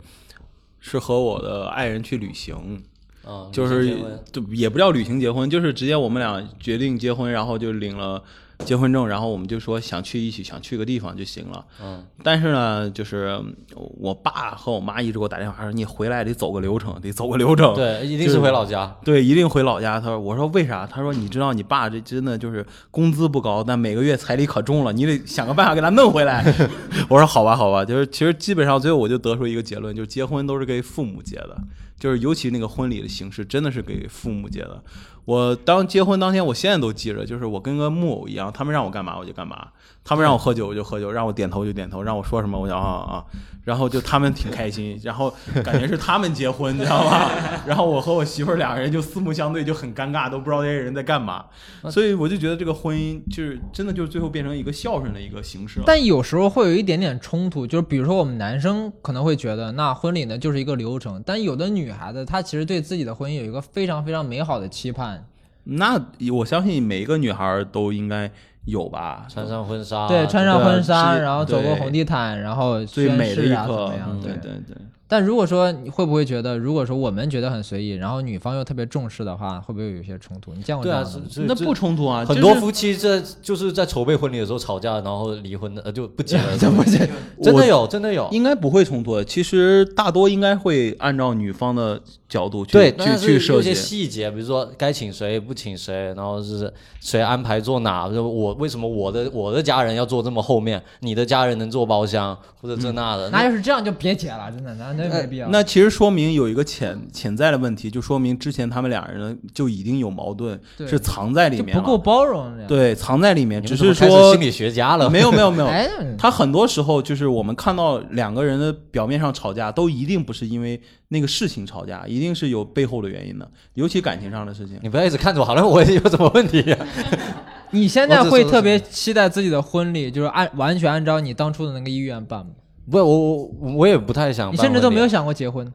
Speaker 3: 是和我的爱人去旅行，
Speaker 4: 啊，
Speaker 3: 就是
Speaker 4: 你结婚
Speaker 3: 就也不叫旅行结婚，就是直接我们俩决定结婚，然后就领了结婚证，然后我们就说想去一起想去个地方就行了。
Speaker 4: 嗯，
Speaker 3: 但是呢，就是我爸和我妈一直给我打电话说你回来得走个流程，得走个流程。
Speaker 4: 对，一定
Speaker 3: 就是
Speaker 4: 回老家。
Speaker 3: 对，一定回老家。他说：“我说为啥？”他说：“你知道你爸这真的就是工资不高，但每个月彩礼可重了，你得想个办法给他弄回来。”我说：“好吧，好吧。”就是其实基本上最后我就得出一个结论，就是结婚都是给父母结的，就是尤其那个婚礼的形式真的是给父母结的。我当结婚当天，我现在都记着，就是我跟个木偶一样，他们让我干嘛我就干嘛，他们让我喝酒我就喝酒，让我点头就点头，让我说什么我就啊啊啊，然后就他们挺开心，然后感觉是他们结婚，你知道吗？ 然后我和我媳妇儿两个人就四目相对，就很尴尬，都不知道这些人在干嘛，所以我就觉得这个婚姻就是真的就是最后变成一个孝顺的一个形式了。
Speaker 1: 但有时候会有一点点冲突，就是比如说我们男生可能会觉得，那婚礼呢就是一个流程，但有的女孩子她其实对自己的婚姻有一个非常非常美好的期盼，
Speaker 3: 那我相信每一个女孩儿都应该有吧？
Speaker 4: 穿上婚纱，
Speaker 1: 对，穿上
Speaker 3: 对啊
Speaker 1: 婚纱，
Speaker 3: 是
Speaker 1: 然后走过
Speaker 3: 对
Speaker 1: 红地毯，然后
Speaker 3: 最
Speaker 1: 宣
Speaker 3: 美的
Speaker 1: 誓
Speaker 3: 一
Speaker 1: 啊怎
Speaker 3: 刻
Speaker 1: 么，样？
Speaker 3: 嗯对对对，
Speaker 1: 但如果说你会不会觉得，如果说我们觉得很随意，然后女方又特别重视的话，会不会有一些冲突？你见过这
Speaker 4: 对
Speaker 1: 样
Speaker 4: 啊，
Speaker 1: 的吗？。
Speaker 4: 是
Speaker 3: 那不。冲突啊，
Speaker 4: 是很
Speaker 3: 就是
Speaker 4: 多夫妻在就是在筹备婚礼的时候吵架，然后离婚的，呃，就不结了
Speaker 1: 怎么这？
Speaker 4: 真
Speaker 3: 我
Speaker 4: 的有，真的有。
Speaker 3: 应该不会冲突的。其实大多应该会按照女方的角度去
Speaker 4: 对，
Speaker 3: 去
Speaker 4: 但
Speaker 3: 去
Speaker 4: 是
Speaker 3: 设
Speaker 4: 有些
Speaker 3: 计。
Speaker 4: 细节，比如说该请谁不请谁，然后是谁安排坐哪，就我为什么我的我的家人要坐这么后面，你的家人能坐包厢或者这那的，
Speaker 1: 那
Speaker 4: 那
Speaker 1: 要是这样就别结了，真的，那那没必要。
Speaker 3: 那其实说明有一个潜潜在的问题，就说明之前他们俩人就已经有矛盾，
Speaker 1: 对
Speaker 3: 是藏在里
Speaker 1: 就
Speaker 3: 面
Speaker 1: 不
Speaker 3: 了
Speaker 1: 够包容。，
Speaker 3: 对，藏在里面，
Speaker 4: 你
Speaker 3: 只
Speaker 4: 们怎么
Speaker 3: 是
Speaker 4: 开始
Speaker 3: 说
Speaker 4: 心理学家了，
Speaker 3: 没有没有没 有，
Speaker 1: 哎，
Speaker 3: 他很多时候就是我们看到两个人的表面上吵架，都一定不是因为那个事情吵架，一定是有背后的原因的，尤其感情上的事情。
Speaker 4: 你不要一直看着我，好像我有什么问题、啊。
Speaker 1: 你现在
Speaker 4: 我只
Speaker 1: 会
Speaker 4: 说
Speaker 1: 特
Speaker 4: 是
Speaker 1: 别期待自己的婚礼，就是按完全按照你当初的那个意愿办吗？
Speaker 4: 不，我我我也不太想
Speaker 1: 你
Speaker 4: 办婚礼啊，
Speaker 1: 甚至都没有想过结婚，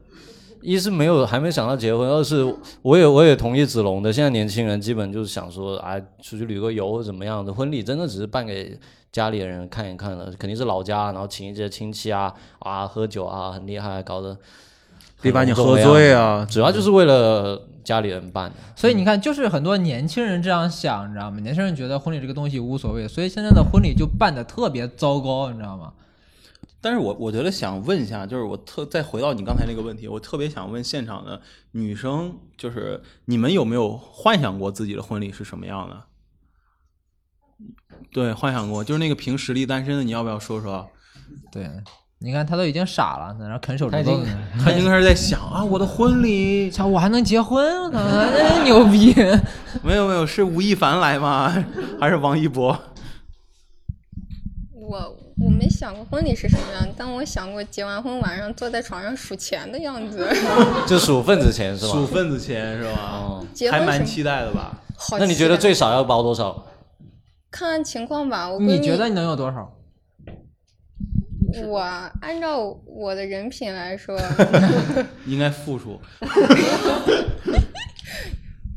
Speaker 4: 一是没有还没想到结婚，二是我也我也同意子龙的，现在年轻人基本就是想说啊，出去旅个游或者怎么样的，婚礼真的只是办给家里人看一看了，肯定是老家，然后请一些亲戚啊啊喝酒啊，很厉害，搞得
Speaker 3: 得把你喝
Speaker 4: 很隆重的
Speaker 3: 醉
Speaker 4: 样
Speaker 3: 啊
Speaker 4: 子，主要就是为了家里人办的。
Speaker 1: 所以你看，就是很多年轻人这样想，你知道吗？年轻人觉得婚礼这个东西无所谓，所以现在的婚礼就办的特别糟糕，你知道吗？
Speaker 3: 但是我我觉得想问一下，就是我特再回到你刚才那个问题，我特别想问现场的女生，就是你们有没有幻想过自己的婚礼是什么样的？对，幻想过，就是那个凭实力单身的，你要不要说说？
Speaker 1: 对，你看他都已经傻了，在那啃手指
Speaker 4: 他已
Speaker 1: 头
Speaker 4: 经
Speaker 1: 呢。
Speaker 3: 他应该是在想 啊，我的婚礼
Speaker 1: 操，我还能结婚？我
Speaker 4: 啊
Speaker 1: 操，真牛逼！
Speaker 3: 没有没有，是吴亦凡来吗？还是王一博？
Speaker 7: 我我没想过婚礼是什么样，但我想过结完婚晚上坐在床上数钱的样子。
Speaker 4: 就数份子钱是
Speaker 3: 数
Speaker 4: 吗？
Speaker 3: 份子钱是吧？
Speaker 4: 哦，
Speaker 7: 结婚
Speaker 3: 还
Speaker 7: 什
Speaker 3: 蛮
Speaker 7: 么
Speaker 3: 期待的吧？
Speaker 7: 好
Speaker 4: 那你
Speaker 7: 期
Speaker 4: 觉得
Speaker 7: 待
Speaker 4: 最少要包多少？
Speaker 7: 看情况吧？我闺蜜
Speaker 1: 你觉得你能有多少？
Speaker 7: 我啊按照我的人品来 说，
Speaker 3: 应该负数。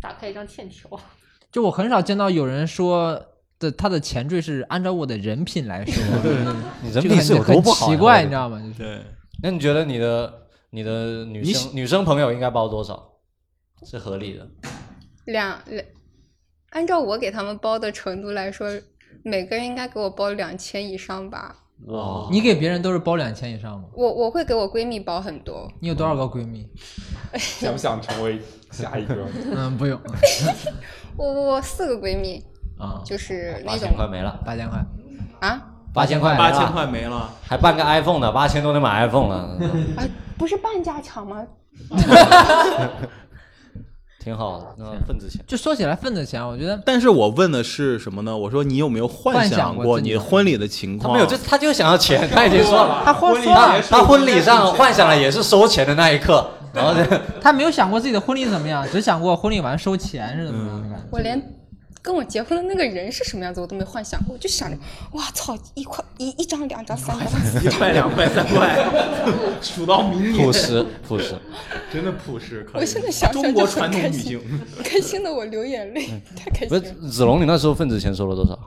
Speaker 10: 打开一张欠条。
Speaker 1: 就我很少见到有人说的，他的前缀是按照我的人品 来说，
Speaker 4: 你人
Speaker 1: 这个
Speaker 4: 品是有多
Speaker 1: 很很
Speaker 4: 不好呀？
Speaker 1: 奇怪，
Speaker 4: 我觉
Speaker 1: 你知
Speaker 4: 得
Speaker 1: 道吗？就是
Speaker 3: 对，
Speaker 4: 那你觉得你的你的女
Speaker 3: 你
Speaker 4: 生女生朋友应该包多少是合理的？
Speaker 7: 两两，按照我给他们包的程度来说，每个人应该给我包两千以上吧。
Speaker 4: 哇，
Speaker 1: 你给别人都是包两千以上吗？
Speaker 7: 我我会给我闺蜜包很多，
Speaker 1: 你有多少个闺蜜？
Speaker 11: 想不想成为下一个？
Speaker 1: 嗯，不用，
Speaker 7: 我我我四个闺蜜
Speaker 4: 啊，
Speaker 7: 就是
Speaker 4: 八
Speaker 7: 那种
Speaker 4: 千块没了，
Speaker 1: 八千块。
Speaker 7: 啊
Speaker 4: 八千块，
Speaker 3: 八千，块没了，
Speaker 4: 还办个 iPhone 呢，八千都能买 iPhone 了，
Speaker 7: 啊，不是半价抢吗？
Speaker 4: 挺好的，那份子钱。
Speaker 1: 就说起来份子钱，我觉得
Speaker 3: 但是我问的是什么呢？我说你有没有幻
Speaker 1: 想过
Speaker 3: 过
Speaker 1: 自己
Speaker 3: 你
Speaker 1: 的
Speaker 3: 婚礼的情
Speaker 4: 他
Speaker 3: 况？
Speaker 4: 没有，就他就想要钱，他已经说了，
Speaker 1: 他婚
Speaker 4: 礼他他婚礼上幻想的也是收钱的那一刻，然后就
Speaker 1: 他没有想过自己的婚礼怎么样，只想过婚礼完收钱是怎么样的感觉。
Speaker 7: 我连跟我结婚的那个人是什么样子我都没幻想过，我就
Speaker 4: 嗯
Speaker 7: 想着，哇操，一块一一张、两张、三张、四张，
Speaker 3: 一块、两块、三块，数到明
Speaker 4: 朴
Speaker 3: 年，
Speaker 4: 实朴实。
Speaker 3: 真的朴实。可以
Speaker 7: 我现在想想
Speaker 3: 中国
Speaker 7: 就很
Speaker 3: 传统
Speaker 7: 开
Speaker 3: 女
Speaker 7: 心
Speaker 3: 性
Speaker 7: 开心的我流眼泪，太开
Speaker 4: 嗯不
Speaker 7: 心
Speaker 4: 是
Speaker 7: 了。
Speaker 4: 子龙，你那时候份子钱收了多少？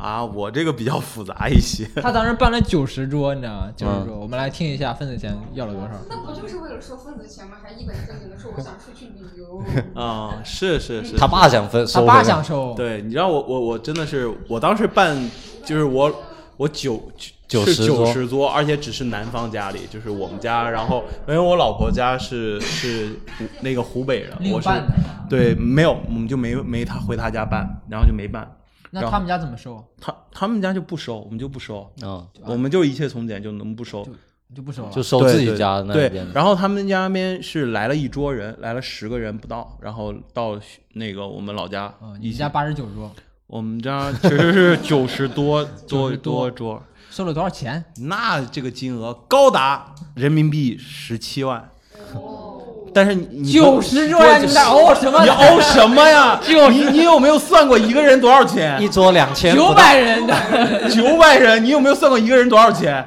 Speaker 3: 啊，我这个比较复杂一些。
Speaker 1: 他当时办了九十桌，你知道吗？九
Speaker 3: 嗯
Speaker 1: 十桌，我们来听一下份子钱要了多少。
Speaker 7: 那不就是为了说份子钱吗？还一本正经的说我想出去旅游。
Speaker 3: 啊，是是是，
Speaker 4: 他爸想分，
Speaker 1: 他
Speaker 4: 收
Speaker 1: 爸
Speaker 4: 回来
Speaker 1: 想收，
Speaker 3: 对，你知道我我我真的是，我当时办就是我我九
Speaker 4: 九
Speaker 3: 是
Speaker 4: 十
Speaker 3: 九
Speaker 4: 桌
Speaker 3: 十桌，而且只是男方家里，就是我们家，然后因为我老婆家是是湖那个湖北人，
Speaker 1: 另
Speaker 3: 我是
Speaker 1: 办的
Speaker 3: 对没有，我们就没没他回他家办，然后就没办。
Speaker 1: 那他们家怎么收？啊
Speaker 3: 他他们家就不收，我们就不收，
Speaker 4: 嗯，
Speaker 3: 我们就一切从简，就能不收。
Speaker 1: 就不收了。
Speaker 4: 就收
Speaker 3: 对
Speaker 4: 自己
Speaker 3: 对
Speaker 4: 家那
Speaker 3: 对
Speaker 4: 边的，
Speaker 3: 然后他们家那边是来了一桌人，来了十个人不到，然后到那个我们老家
Speaker 1: 嗯，
Speaker 3: 一
Speaker 1: 你
Speaker 3: 起
Speaker 1: 家八十九桌，
Speaker 3: 我们家其实是九十多多
Speaker 1: 90多
Speaker 3: 多桌，
Speaker 1: 收了多少钱？
Speaker 3: 那这个金额高达人民币十七万。但是你你说
Speaker 1: 九十桌呀！你们在熬什么
Speaker 3: 你？熬什么 呀？你你有没有算过一个人多少钱
Speaker 4: 一？桌两千，
Speaker 1: 九百人的，
Speaker 3: 九百人，你有没有算过一个人多少钱？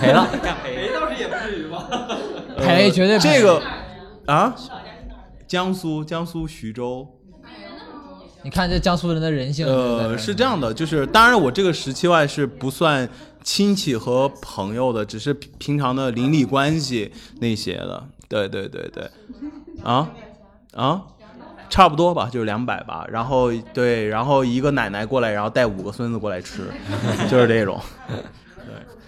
Speaker 4: 赔了。
Speaker 6: 赔倒是也不至于吧。
Speaker 1: 赔绝对赔
Speaker 3: 这个啊，江苏江苏徐州，
Speaker 1: 你看这江苏人的人性，
Speaker 3: 呃，是这样的，就是当然我这个十七万是不算亲戚和朋友的，只是平平常的邻里关系那些的。对对对对，啊啊，差不多吧，就是两百吧。然后对，然后一个奶奶过来，然后带五个孙子过来吃，就是这种。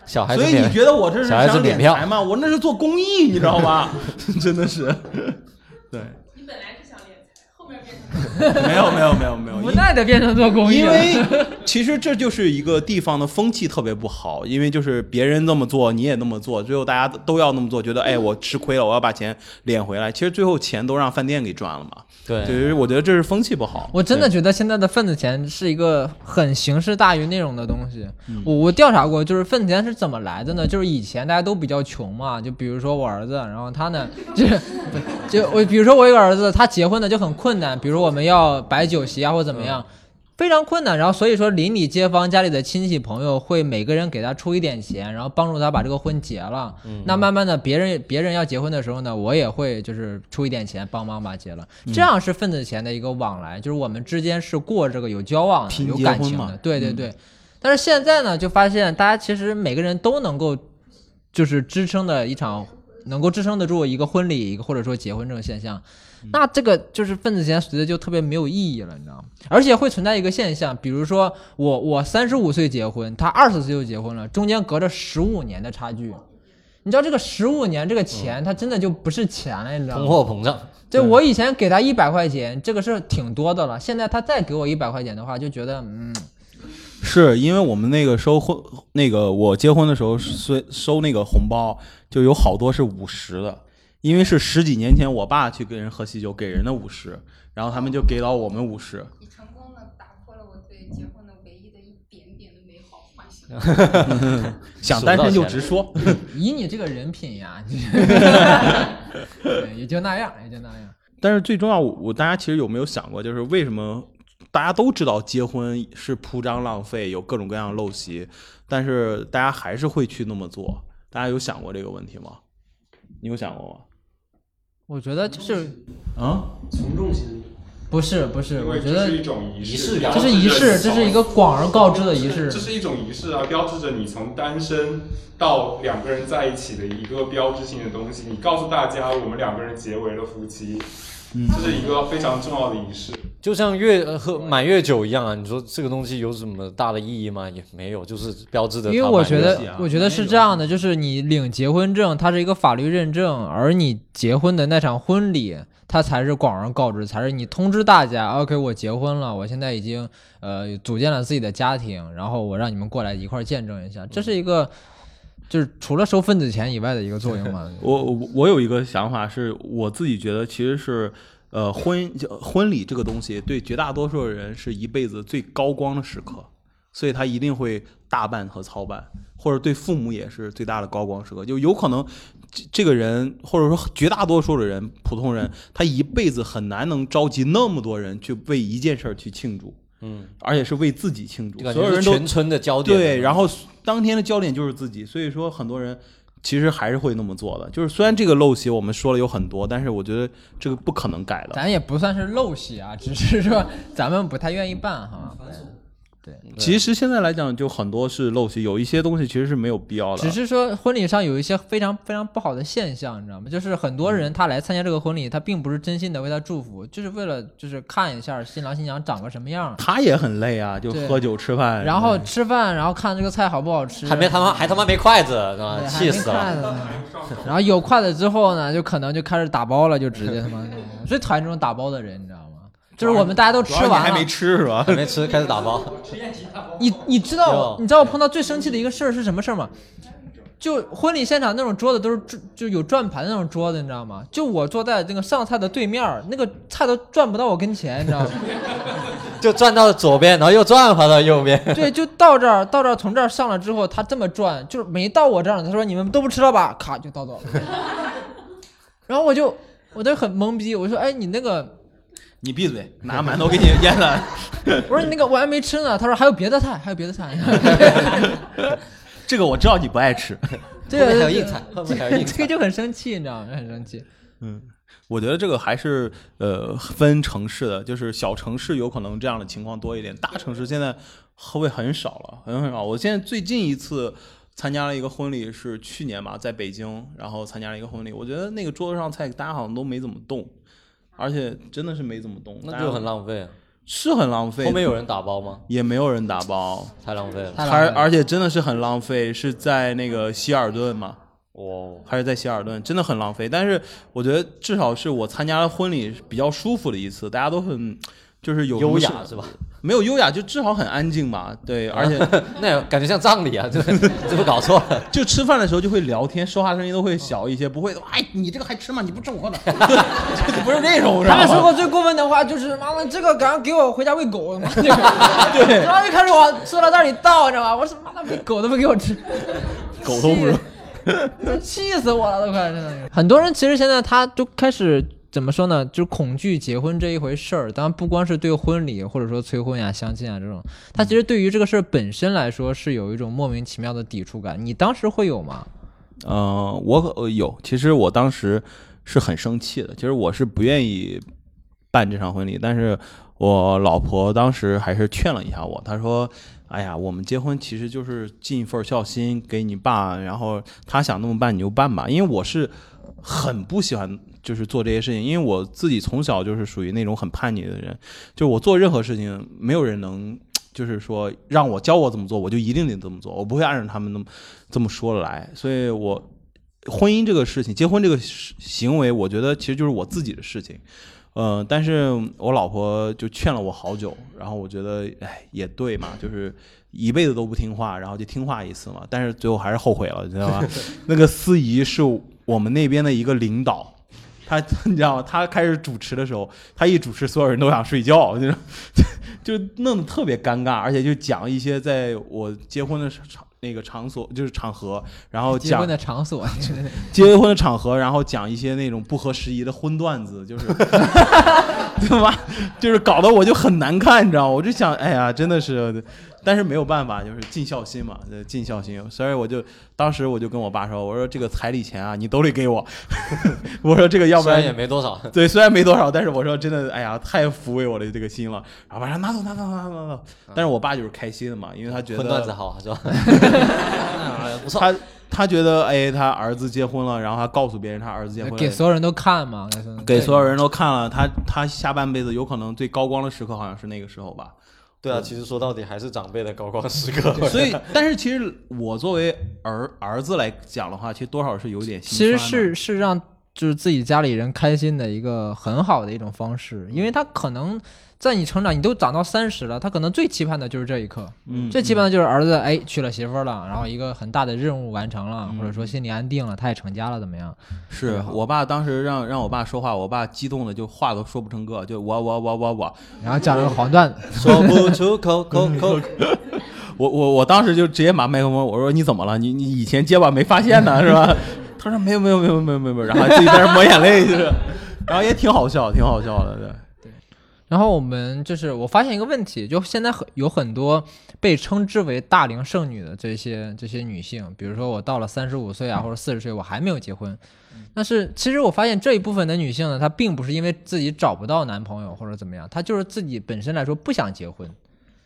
Speaker 4: 小孩子
Speaker 3: 所以
Speaker 4: 免
Speaker 3: 你觉得我这是
Speaker 4: 小孩子
Speaker 3: 想
Speaker 4: 免
Speaker 3: 敛
Speaker 4: 票
Speaker 3: 财吗？我那是做公益，你知道吗？ 真的是，对。 没有没有没有没有，
Speaker 1: 无奈地变成做公益
Speaker 3: 因
Speaker 1: 了
Speaker 3: 为其实这就是一个地方的风气特别不好，因为就是别人那么做，你也那么做，最后大家都要那么做，觉得
Speaker 1: 嗯
Speaker 3: 哎我吃亏了，我要把钱敛回来。其实最后钱都让饭店给赚了嘛。
Speaker 4: 对
Speaker 3: 就是我觉得这是风气不好。
Speaker 1: 我真的
Speaker 3: 对
Speaker 1: 觉得现在的份子钱是一个很形式大于内容的东西。
Speaker 5: 嗯
Speaker 1: 我我调查过，就是份子钱是怎么来的呢？就是以前大家都比较穷嘛，就比如说我儿子，然后他呢，就是就我比如说我有个儿子，他结婚的就很困难，比如我们要摆酒席啊或怎么样。非常困难，然后所以说邻里街坊家里的亲戚朋友会每个人给他出一点钱，然后帮助他把这个婚结了。
Speaker 4: 嗯
Speaker 1: 那慢慢的，别人别人要结婚的时候呢，我也会就是出一点钱帮忙把结了。
Speaker 3: 嗯
Speaker 1: 这样是份子钱的一个往来，就是我们之间是过这个有交往的、
Speaker 3: 拼
Speaker 1: 有
Speaker 3: 结
Speaker 1: 感
Speaker 3: 婚
Speaker 1: 情
Speaker 3: 嘛
Speaker 1: 的。对对
Speaker 3: 嗯
Speaker 1: 对。但是现在呢，就发现大家其实每个人都能够就是支撑的一场，能够支撑得住一个婚礼，一个或者说结婚这个现象。那这个就是份子钱随着就特别没有意义了，你知道吗？而且会存在一个现象，比如说我我三十五岁结婚，他二十岁就结婚了，中间隔着十五年的差距。你知道这个十五年这个钱，它真的就不是钱了，你知道吗？
Speaker 4: 通货膨胀。
Speaker 1: 对我以前给他一百块钱，这个是挺多的了。现在他再给我一百块钱的话，就觉得嗯，
Speaker 3: 是因为我们那个收婚，那个我结婚的时候收收那个红包，就有好多是五十的，因为是十几年前我爸去跟人喝喜酒给人的五十，然后他们就给到我们五十。。
Speaker 12: 你成功的打破了我对结婚的唯一的一点点的美好幻想
Speaker 3: 想单身就直说
Speaker 1: 以你这个人品呀，你对也就那样，也就那样。
Speaker 3: 但是最重要，我我大家其实有没有想过，就是为什么大家都知道结婚是铺张浪费，有各种各样的陋习，但是大家还是会去那么做？大家有想过这个问题吗？你有想过吗？
Speaker 1: 我觉得就是
Speaker 3: 啊，
Speaker 9: 从众心理。
Speaker 1: 不是不是，
Speaker 11: 因
Speaker 1: 我
Speaker 11: 为
Speaker 1: 觉
Speaker 11: 这
Speaker 1: 得
Speaker 11: 是一种仪式
Speaker 1: 这是仪式，这是一个广而告之的仪式
Speaker 11: 这。是一种仪式啊，标志着你从单身到两个人在一起的一个标志性的东西。你告诉大家，我们两个人结为了夫妻，
Speaker 3: 嗯
Speaker 11: 这是一个非常重要的仪式。
Speaker 4: 就像越呃喝买越酒一样啊，你说这个东西有什么大的意义吗？也没有，就是标志着
Speaker 1: 因为
Speaker 4: 他
Speaker 1: 我
Speaker 4: 买
Speaker 1: 觉
Speaker 4: 越
Speaker 1: 得
Speaker 4: 酒啊，
Speaker 1: 我觉得是这样的，就是你领结婚证，它是一个法律认证，而你结婚的那场婚礼，它才是广而告之，才是你通知大家，OK，我结婚了，我现在已经呃组建了自己的家庭，然后我让你们过来一块儿见证一下，这是一个就是除了收份子钱以外的一个作用嘛。
Speaker 3: 我我我有一个想法是，我自己觉得其实是，呃，婚就婚礼这个东西对绝大多数人是一辈子最高光的时刻，所以他一定会大办和操办，或者对父母也是最大的高光时刻。就有可能这这个人，或者说绝大多数的人，普通人，他一辈子很难能召集那么多人去为一件事儿去庆祝。
Speaker 4: 嗯，
Speaker 3: 而且是为自己庆祝，
Speaker 4: 就感觉
Speaker 3: 所有
Speaker 4: 是
Speaker 3: 人都
Speaker 4: 全村的焦点
Speaker 3: 对，然后当天的焦点就是自己，所以说很多人其实还是会那么做的。就是虽然这个陋习我们说了有很多，但是我觉得这个不可能改的。
Speaker 1: 咱也不算是陋习啊，只是说咱们不太愿意办
Speaker 4: 嗯
Speaker 1: 哈。对，
Speaker 3: 其实现在来讲，就很多是陋习，有一些东西其实是没有必要的。
Speaker 1: 只是说婚礼上有一些非常非常不好的现象，你知道吗？就是很多人他来参加这个婚礼，他并不是真心的为他祝福，就是为了就是看一下新郎新娘长个什么样。
Speaker 3: 他也很累啊，就
Speaker 1: 对
Speaker 3: 喝酒吃饭，
Speaker 1: 然后吃饭，然后看这个菜好不好吃，
Speaker 4: 哎还没他妈还他妈没筷子，是吧？
Speaker 1: 对还
Speaker 4: 气
Speaker 1: 没
Speaker 4: 死
Speaker 1: 筷子
Speaker 4: 了。
Speaker 1: 呢然后有筷子之后呢，就可能就开始打包了，就直 接他妈，我最讨厌这种打包的人，你知道吗？就是我们大家都
Speaker 4: 主
Speaker 1: 吃
Speaker 4: 要你
Speaker 1: 完了，
Speaker 4: 还没
Speaker 3: 吃是吧？
Speaker 4: 还 没吃，开始打包。
Speaker 1: 你你知道我
Speaker 4: 哟
Speaker 1: 你知道我碰到最生气的一个事儿是什么事儿吗？就婚礼现场那种桌子都是转就有转盘那种桌子，你知道吗？就我坐在那个上菜的对面儿，那个菜都转不到我跟前，你知道吗？
Speaker 4: 就转到左边，然后又转回到右边。
Speaker 1: 对，就到这儿，到这儿，从这儿上来之后，他这么转，就是没到我这儿，他说你们都不吃了吧，咔就倒走了。 然后我就我就很懵逼，我说哎你那个，
Speaker 3: 你闭嘴，拿馒头给你腌了。
Speaker 1: 我说你那个我还没吃呢，他说还有别的菜，还有别的菜。
Speaker 3: 这个我知道你不爱吃，
Speaker 1: 这个
Speaker 4: 后面还有硬菜后面还有硬
Speaker 1: 这个就很生气，你知道吗？很生气。
Speaker 3: 嗯，我觉得这个还是呃分城市的，就是小城市有可能这样的情况多一点，大城市现在会很少了，很很少。我现在最近一次参加了一个婚礼是去年吧，在北京，然后参加了一个婚礼，我觉得那个桌子上菜大家好像都没怎么动，而且真的是没怎么动，
Speaker 4: 那就很浪费。啊
Speaker 3: 是很浪费。
Speaker 4: 后面有人打包吗？
Speaker 3: 也没有人打包，
Speaker 4: 太浪费了。
Speaker 3: 而而且真的是很浪费，是在那个希尔顿嘛？
Speaker 4: 哦，
Speaker 3: 还是在希尔顿，真的很浪费。但是我觉得至少是我参加了婚礼比较舒服的一次，大家都很就是有
Speaker 4: 优雅是吧？嗯
Speaker 3: 没有优雅，就至少很安静嘛。对，而且
Speaker 4: 那感觉像葬礼啊，这这不搞错了。
Speaker 3: 就吃饭的时候就会聊天，说话声音都会小一些，不 会哎你这个还吃吗？你不吃我的，就不是这种。
Speaker 13: 他们
Speaker 3: 知
Speaker 13: 说
Speaker 3: 道吗
Speaker 13: 过最过分的话就是：“妈妈，这个赶快给我回家喂 狗。”妈那个
Speaker 3: 对
Speaker 13: 然后就开始往塑料袋里倒，你知道吗？我说：“妈妈，喂狗都不给我吃，
Speaker 3: 狗都不如。
Speaker 13: 气死我了，都快真的。
Speaker 1: 很多人其实现在他就开始怎么说呢？就是恐惧结婚这一回事儿。当然，不光是对婚礼，或者说催婚呀、相亲啊这种，他其实对于这个事儿本身来说是有一种莫名其妙的抵触感。你当时会有吗？
Speaker 3: 嗯，我可呃有，其实我当时是很生气的，其实我是不愿意办这场婚礼，但是我老婆当时还是劝了一下我，她说：“哎呀，我们结婚其实就是尽一份孝心给你爸，然后他想那么办你就办吧。”因为我是很不喜欢就是做这些事情，因为我自己从小就是属于那种很叛逆的人，就是我做任何事情没有人能。就是说，让我教我怎么做，我就一定得这么做，我不会按照他们那么这么说来。所以我婚姻这个事情，结婚这个事行为，我觉得其实就是我自己的事情。呃，但是我老婆就劝了我好久，然后我觉得，哎，也对嘛，就是一辈子都不听话，然后就听话一次嘛。但是最后还是后悔了，你知道吧？那个司仪是我们那边的一个领导，他 你知道吗？他开始主持的时候，他一主持，所有人都想睡觉， 就是就弄得特别尴尬，而且就讲一些在我结婚的场那个场所就是场合，然后
Speaker 1: 结
Speaker 3: 哦讲
Speaker 1: 婚的 场所，
Speaker 3: 结婚的场合，然后讲一些那种不合时宜的荤段子，就是 对吧？就是搞得我就很难看，你知道吗？我就想，哎呀，真的是，但是没有办法，就是尽孝心嘛，呃尽孝心。所以我就当时我就跟我爸说，我说这个彩礼钱啊，你兜里给我， 我说这个要不然
Speaker 4: 虽然也没多少
Speaker 3: 对，虽然没多少，但是我说真的，哎呀，太抚慰我的这个心了。然后晚上拿走拿走拿走拿走，但是我爸就是开心的嘛，因为他觉得
Speaker 4: 嗯荤段子好 是吧 哎不错
Speaker 3: 他他觉得哎，他儿子结婚了，然后他告诉别人他儿子结婚了，
Speaker 1: 给所有人都看嘛，
Speaker 3: 给所有人都看了，他他下半辈子有可能最高光的时刻好像是那个时候吧。。
Speaker 4: 对啊，其实说到底还是 长辈的高光时刻
Speaker 3: 所以，但是其实我作为儿儿子来讲的话，其实多少是有一点
Speaker 1: 其
Speaker 3: 心
Speaker 1: 实
Speaker 3: 酸的。
Speaker 1: 是是让就是自己家里人开心的一个很好的一种方式，因为他可能在你成长，你都长到三十了，他可能最期盼的就是这一刻，
Speaker 3: 嗯
Speaker 1: 最期盼的就是儿子哎娶了媳妇儿了，然后一个很大的任务完成了，或者说心里安定了，他也成家了，怎么样？
Speaker 3: 是我爸当时让让我爸说话，我爸激动的就话都说不成个，就我我我我我，
Speaker 1: 然后讲了个黄段子
Speaker 3: 说 不出口口口。我我我当时就直接把麦克风，我说你怎么了？你你以前结巴没发现呢是吧？他说没有没有没有没有没有没有，然后自己在那抹眼泪就是，然后也挺好笑，挺好笑的，对。
Speaker 1: 然后我们就是我发现一个问题，就现在很有很多被称之为大龄剩女的这些这些女性，比如说我到了三十五岁啊，或者四十岁，我还没有结婚。
Speaker 3: 嗯
Speaker 1: 但是其实我发现这一部分的女性呢，她并不是因为自己找不到男朋友或者怎么样，她就是自己本身来说不想结婚。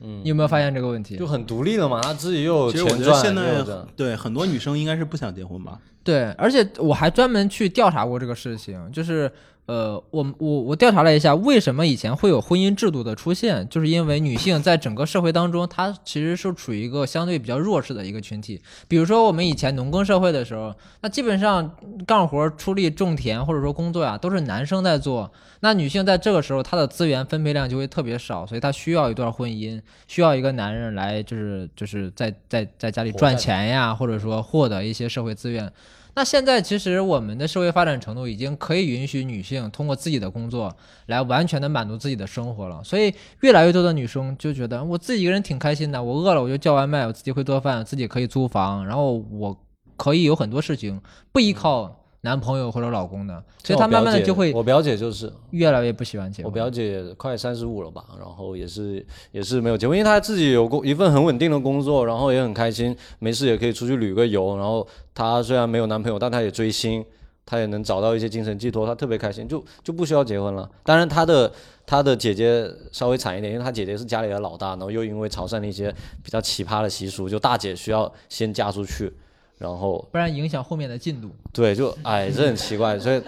Speaker 4: 嗯
Speaker 1: 你有没有发现这个问题？
Speaker 4: 就很独立了嘛，他自己又有
Speaker 3: 其
Speaker 4: 钱
Speaker 3: 实我觉得
Speaker 4: 赚，
Speaker 3: 现
Speaker 4: 又
Speaker 3: 在
Speaker 4: 有这
Speaker 3: 对很多女生应该是不想结婚吧？
Speaker 1: 对，而且我还专门去调查过这个事情，就是呃，我我我调查了一下，为什么以前会有婚姻制度的出现，就是因为女性在整个社会当中，她其实是处于一个相对比较弱势的一个群体。比如说我们以前农耕社会的时候，那基本上干活、出力、种田或者说工作呀、都是男生在做，那女性在这个时候她的资源分配量就会特别少，所以她需要一段婚姻，需要一个男人来就是就是在在在家里
Speaker 13: 活
Speaker 1: 赚
Speaker 13: 下去
Speaker 1: 钱。钱呀，或者说获得一些社会资源。那现在其实我们的社会发展程度已经可以允许女性通过自己的工作来完全的满足自己的生活了，所以越来越多的女生就觉得我自己一个人挺开心的，我饿了我就叫外卖，我自己会做饭，自己可以租房，然后我可以有很多事情不依靠男朋友或者老公的，所以她慢慢的就会
Speaker 4: 我表姐就是
Speaker 1: 越来越不喜欢结
Speaker 4: 我
Speaker 1: 婚。
Speaker 4: 表姐快三十五了吧，然后也是也是没有结婚，因为她自己有工一份很稳定的工作，然后也很开心，没事也可以出去旅个游。然后她虽然没有男朋友，但她也追星，他也能找到一些精神寄托，他特别开心，就就不需要结婚了。当然，他的他的姐姐稍微惨一点，因为他姐姐是家里的老大，然后又因为潮汕的一些比较奇葩的习俗，就大姐需要先嫁出去，然后
Speaker 1: 不然影响后面的进度。
Speaker 4: 对，就哎，这很奇怪，所以，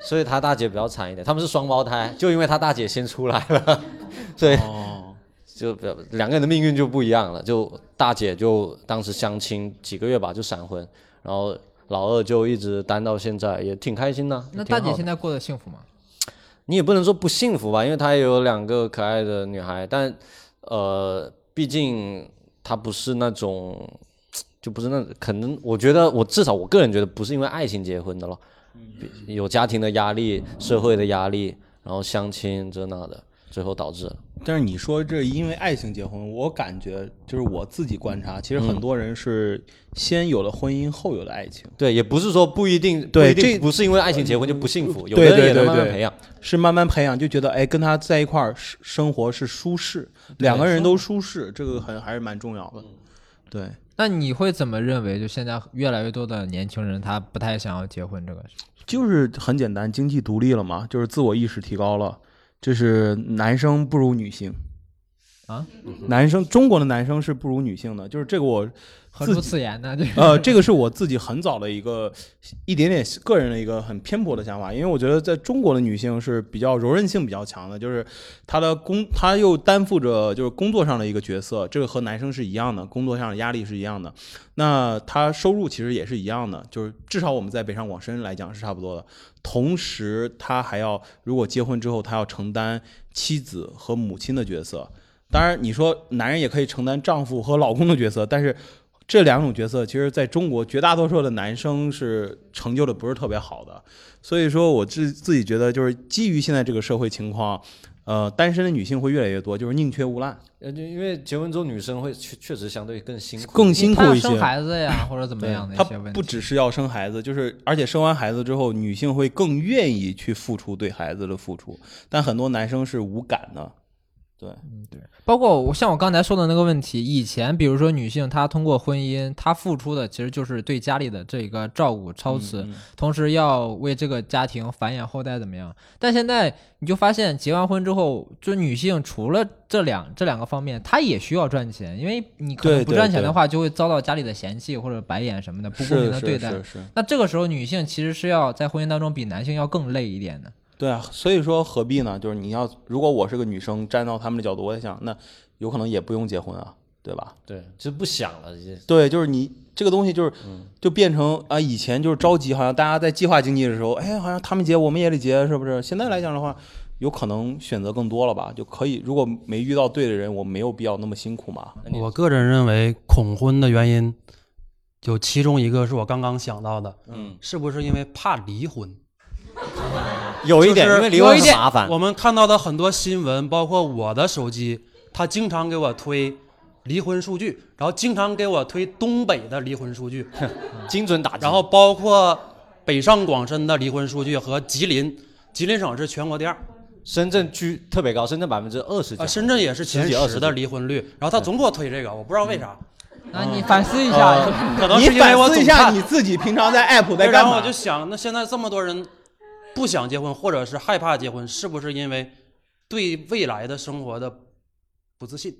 Speaker 4: 所以他大姐比较惨一点，他们是双胞胎，就因为他大姐先出来了，所以、
Speaker 1: 哦
Speaker 4: 就比较两个人的命运就不一样了。就大姐就当时相亲几个月吧，就闪婚，然后老二就一直单到现在，也挺开心的。
Speaker 1: 那大姐现
Speaker 4: 在
Speaker 1: 在过得幸福吗？
Speaker 4: 你也不能说不幸福吧，因为她也有两个可爱的女孩，但呃，毕竟她不是那种。就不是那可能，我觉得我至少我个人觉得不是因为爱情结婚的咯，比有家庭的压力、社会的压力，然后相亲这那的，最后导致了。
Speaker 3: 但是你说这因为爱情结婚，我感觉就是我自己观察，其实
Speaker 4: 嗯
Speaker 3: 很多人是先有了婚姻，后有了爱情。
Speaker 4: 对，也不是说不一定，
Speaker 3: 对
Speaker 4: 不一定
Speaker 3: 这呃
Speaker 4: 不是因为爱情结婚就不幸福，有的
Speaker 3: 对
Speaker 4: 人
Speaker 3: 对对
Speaker 4: 也能慢慢
Speaker 3: 对，
Speaker 4: 培养。
Speaker 3: 是慢慢培养，就觉得哎，跟他在一块儿生生活是舒适，两个人都舒适，这个很还是蛮重要的。对，
Speaker 1: 那你会怎么认为？就现在越来越多的年轻人，他不太想要结婚这个事
Speaker 3: 就是很简单，经济独立了嘛，就是自我意识提高了，这是男生不如女性。
Speaker 1: 啊？
Speaker 3: 男生，中国的男生是不如女性的，就是这个我
Speaker 1: 何
Speaker 3: 自
Speaker 1: 出
Speaker 3: 己
Speaker 1: 此言呢这是
Speaker 3: 呃，这个是我自己很早的一个一点点个人的一个很偏颇的想法，因为我觉得在中国的女性是比较柔韧性比较强的，就是她的工，她又担负着就是工作上的一个角色，这个和男生是一样的，工作上的压力是一样的，那她收入其实也是一样的，就是至少我们在北上广深来讲是差不多的。同时，她还要如果结婚之后，她要承担妻子和母亲的角色。当然，你说男人也可以承担丈夫和老公的角色，但是这两种角色，其实在中国绝大多数的男生是成就的不是特别好的。所以说，我自自己觉得，就是基于现在这个社会情况，呃，单身的女性会越来越多，就是宁缺毋滥，
Speaker 4: 呃，就因为结婚之后女生会确确实相对更辛苦，
Speaker 3: 更辛苦一些。
Speaker 1: 或者怎么
Speaker 3: 对
Speaker 1: 样的一
Speaker 3: 她
Speaker 1: 些问
Speaker 3: 不只是要生孩子，就是而且生完孩子之后，女性会更愿意去付出对孩子的付出，但很多男生是无感的。对，
Speaker 1: 嗯对，包括我像我刚才说的那个问题，以前比如说女性她通过婚姻，她付出的其实就是对家里的这一个照
Speaker 3: 嗯
Speaker 1: 顾操持，同时要为这个家庭繁衍后代怎么样。但现在你就发现，结完婚之后，就女性除了这两这两个方面，她也需要赚钱，因为你可能
Speaker 3: 对
Speaker 1: 不
Speaker 3: 对
Speaker 1: 赚钱的
Speaker 3: 对
Speaker 1: 话，就会遭到家里的嫌弃或者白眼什么的不
Speaker 3: 是
Speaker 1: 公平的
Speaker 3: 是
Speaker 1: 对待
Speaker 3: 是是。
Speaker 1: 那这个时候，女性其实是要在婚姻当中比男性要更累一点的。
Speaker 3: 对啊，所以说何必呢？就是你要，如果我是个女生，站到他们的角度，我在想，那有可能也不用结婚啊，对吧？
Speaker 4: 对，就不想了，这
Speaker 3: 对，就是你这个东西就是，
Speaker 9: 嗯
Speaker 3: 就变成啊，以前就是着急，好像大家在计划经济的时候，哎，好像他们结我们也得结，是不是？现在来讲的话，有可能选择更多了吧，就可以。如果没遇到对的人，我没有必要那么辛苦嘛。
Speaker 9: 我个人认为恐婚的原因，有其中一个是我刚刚想到的，
Speaker 3: 嗯，
Speaker 9: 是不是因为怕离婚？
Speaker 4: 有一点
Speaker 9: 就是
Speaker 4: 因为离婚很
Speaker 9: 有一点
Speaker 4: 麻烦
Speaker 9: 我们看到的很多新闻，包括我的手机，它经常给我推离婚数据，然后经常给我推东北的离婚数据，
Speaker 4: 精准打击。
Speaker 9: 然后包括北上广深的离婚数据和吉林，吉林省是全国第二。
Speaker 4: 深圳居特别高，深圳百分之二十
Speaker 9: 啊，深圳也是前
Speaker 4: 十几
Speaker 9: 十的
Speaker 4: 20
Speaker 9: 离婚率，然后他总给我推这个，我不知道为啥。
Speaker 1: 嗯那你反思一下
Speaker 9: 呃可能
Speaker 3: 你
Speaker 9: 是因为我
Speaker 3: 反思
Speaker 9: 总
Speaker 3: 一下
Speaker 9: 看
Speaker 3: 你自己平 常在 app 在干嘛
Speaker 9: 然后我就想，那现在这么多人不想结婚，或者是害怕结婚，是不是因为对未来的生活的不自信？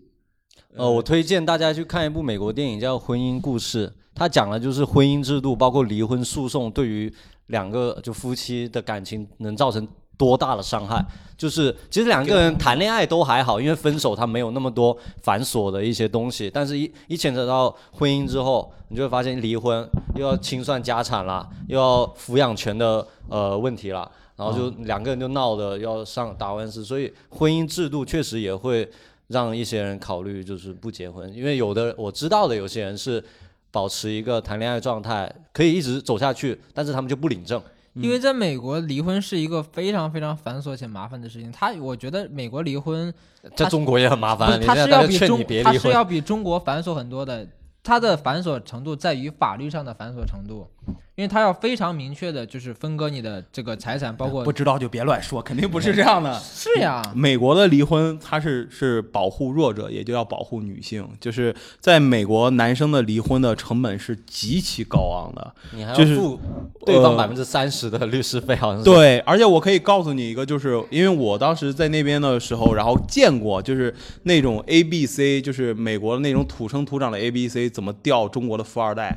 Speaker 4: 呃，我推荐大家去看一部美国电影叫《婚姻故事》，它讲的就是婚姻制度，包括离婚诉讼对于两个就夫妻的感情能造成多大的伤害。就是其实两个人谈恋爱都还好，因为分手它没有那么多繁琐的一些东西，但是一一牵扯到婚姻之后，你就会发现离婚又要清算家产啦，又要抚养权的呃问题啦，然后就
Speaker 3: 哦
Speaker 4: 两个人就闹的要上打官司，所以婚姻制度确实也会让一些人考虑就是不结婚，因为有的我知道的有些人是保持一个谈恋爱状态，可以一直走下去，但是他们就不领证。
Speaker 3: 嗯
Speaker 1: 因为在美国，离婚是一个非常非常繁琐且麻烦的事情。他，我觉得美国离婚，
Speaker 4: 在
Speaker 1: 它
Speaker 4: 中国也很麻烦
Speaker 1: 不是
Speaker 4: 人
Speaker 1: 他
Speaker 4: 家
Speaker 1: 是
Speaker 4: 大
Speaker 1: 要
Speaker 4: 家
Speaker 1: 比
Speaker 4: 劝
Speaker 1: 中
Speaker 4: 你别，
Speaker 1: 他
Speaker 4: 离
Speaker 1: 是
Speaker 4: 婚
Speaker 1: 要比中国繁琐很多的。它的繁琐程度在于法律上的繁琐程度，因为他要非常明确的，就是分割你的这个财产，包括
Speaker 3: 不知道就别乱说，肯定不是这样的。
Speaker 1: 是呀，
Speaker 3: 啊美国的离婚，它是是保护弱者，也就要保护女性。就是在美国，男生的离婚的成本是极其高昂的，
Speaker 4: 你还要
Speaker 3: 就是
Speaker 4: 付对方
Speaker 3: 呃
Speaker 4: 百分之三十的律师费，好像是。
Speaker 3: 对，而且我可以告诉你一个，就是因为我当时在那边的时候，然后见过就是那种 A B C，就是美国的那种土生土长的 A B C 怎么钓中国的富二代。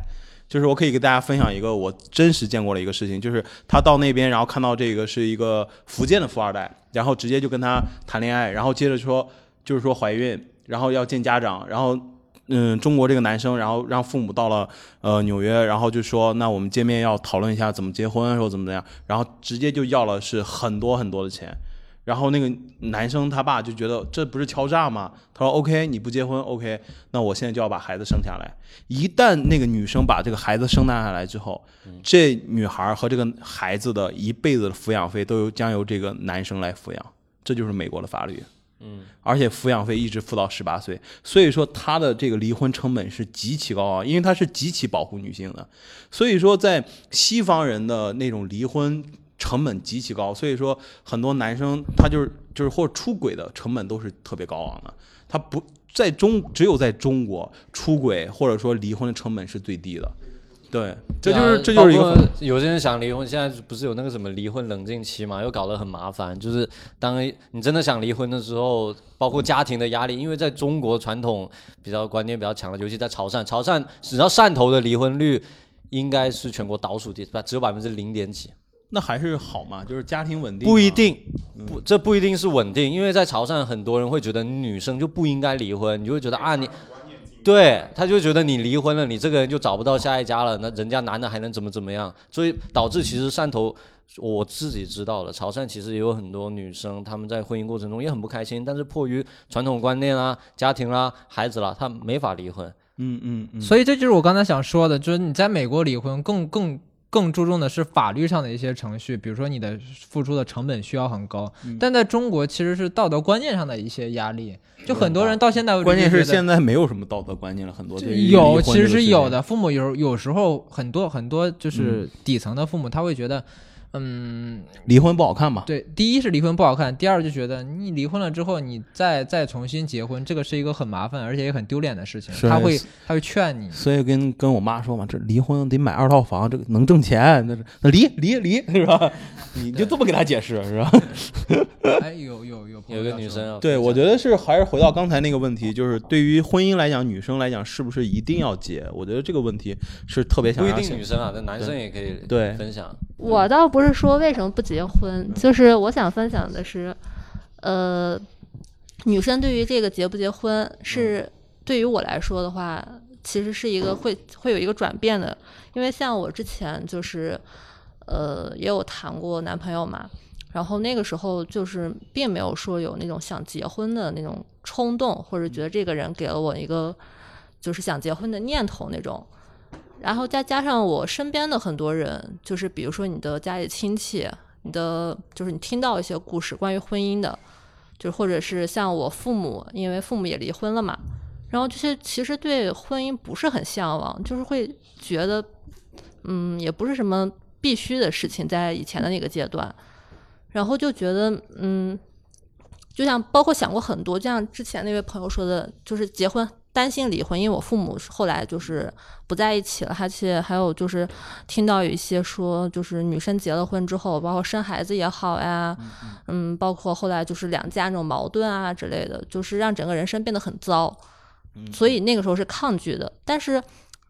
Speaker 3: 就是我可以给大家分享一个我真实见过的一个事情，就是他到那边，然后看到这个是一个福建的富二代，然后直接就跟他谈恋爱，然后接着说就是说怀孕，然后要见家长，然后嗯，中国这个男生，然后让父母到了呃纽约，然后就说那我们见面要讨论一下怎么结婚，说怎么怎么样，然后直接就要了是很多很多的钱，然后那个男生他爸就觉得这不是敲诈吗？他说 OK，你不结婚 OK，那我现在就要把孩子生下来。一旦那个女生把这个孩子生下来之后，这女孩和这个孩子的一辈子的抚养费都由将由这个男生来抚养，这就是美国的法律。
Speaker 4: 嗯，
Speaker 3: 而且抚养费一直付到十八岁，所以说他的这个离婚成本是极其高啊昂，因为他是极其保护女性的，所以说在西方人的那种离婚成本极其高，所以说很多男生他就是就是或者出轨的成本都是特别高昂的，他不在中只有在中国出轨或者说离婚的成本是最低的，对，这就是、这就是一
Speaker 4: 啊包
Speaker 1: 啊
Speaker 3: 个
Speaker 4: 括有些人想离婚，现在不是有那个什么离婚冷静期嘛，又搞得很麻烦。就是当你真的想离婚的时候，包括家庭的压力，因为在中国传统比较观念比较强的，尤其在潮汕，潮汕只要汕头的离婚率应该是全国倒数第，只有百分之零点几。
Speaker 3: 那还是好嘛，就是家庭
Speaker 1: 啊
Speaker 3: 稳定嘛，
Speaker 4: 不一定，
Speaker 1: 嗯
Speaker 4: 不，这不一定是稳定，因为在潮汕很多人会觉得女生就不应该离婚，你就会觉得啊你，对，他就觉得你离婚了，你这个人就找不到下一家了，那人家男的还能怎么怎么样？所以导致其实汕头我自己知道了，潮汕其实也有很多女生，她们在婚姻过程中也很不开心，但是迫于传统观念啊、家庭啦、孩子啦，她没法离婚。
Speaker 3: 嗯嗯嗯
Speaker 1: 所以这就是我刚才想说的，就是你在美国离婚更更更注重的是法律上的一些程序，比如说你的付出的成本需要很高，
Speaker 3: 嗯
Speaker 1: 但在中国其实是道德观念上的一些压力，就很多人到现在为止
Speaker 3: 关键是
Speaker 1: 就觉得
Speaker 3: 现在没有什么道德观念了，很多对于离
Speaker 1: 有，
Speaker 3: 婚这
Speaker 1: 其实
Speaker 3: 个事
Speaker 1: 是
Speaker 3: 情
Speaker 1: 有的。父母有有时候很多很多就是
Speaker 3: 嗯
Speaker 1: 底层的父母，他会觉得，嗯，
Speaker 3: 离婚不好看嘛，
Speaker 1: 对，第一是离婚不好看，第二就觉得你离婚了之后，你再再重新结婚，这个是一个很麻烦而且也很丢脸的事情。
Speaker 3: 是
Speaker 1: 他会他会劝你，
Speaker 3: 所以跟跟我妈说嘛，这离婚得买二套房，这个能挣钱，那是那离离离 是吧？你就这么给她解释是吧？
Speaker 1: 哎，有有有
Speaker 4: 有个女生 要
Speaker 3: 对，我觉得是还是回到刚才那个问题，就是对于婚姻来讲，女生来讲是不是一定要结？我觉得这个问题是特别想
Speaker 4: 不一
Speaker 3: 让
Speaker 4: 定
Speaker 3: 想
Speaker 4: 女生啊，但男生也可以
Speaker 3: 对
Speaker 4: 分享。
Speaker 14: 我倒不是说为什么不结婚，就是我想分享的是，呃，女生对于这个结不结婚是对于我来说的话，其实是一个会会有一个转变的，因为像我之前就是，呃，也有谈过男朋友嘛，然后那个时候就是并没有说有那种想结婚的那种冲动，或者觉得这个人给了我一个就是想结婚的念头那种。然后再加上我身边的很多人，就是比如说你的家里亲戚，你的就是你听到一些故事关于婚姻的，就是或者是像我父母，因为父母也离婚了嘛，然后就是其实对婚姻不是很向往，就是会觉得，嗯，也不是什么必须的事情，在以前的那个阶段，然后就觉得，嗯，就像包括想过很多，就像之前那位朋友说的，就是结婚担心离婚，因为我父母是后来就是不在一起了，而且还有就是听到有一些说，就是女生结了婚之后，包括生孩子也好呀，嗯，包括后来就是两家那种矛盾啊之类的，就是让整个人生变得很糟，所以那个时候是抗拒的，但是。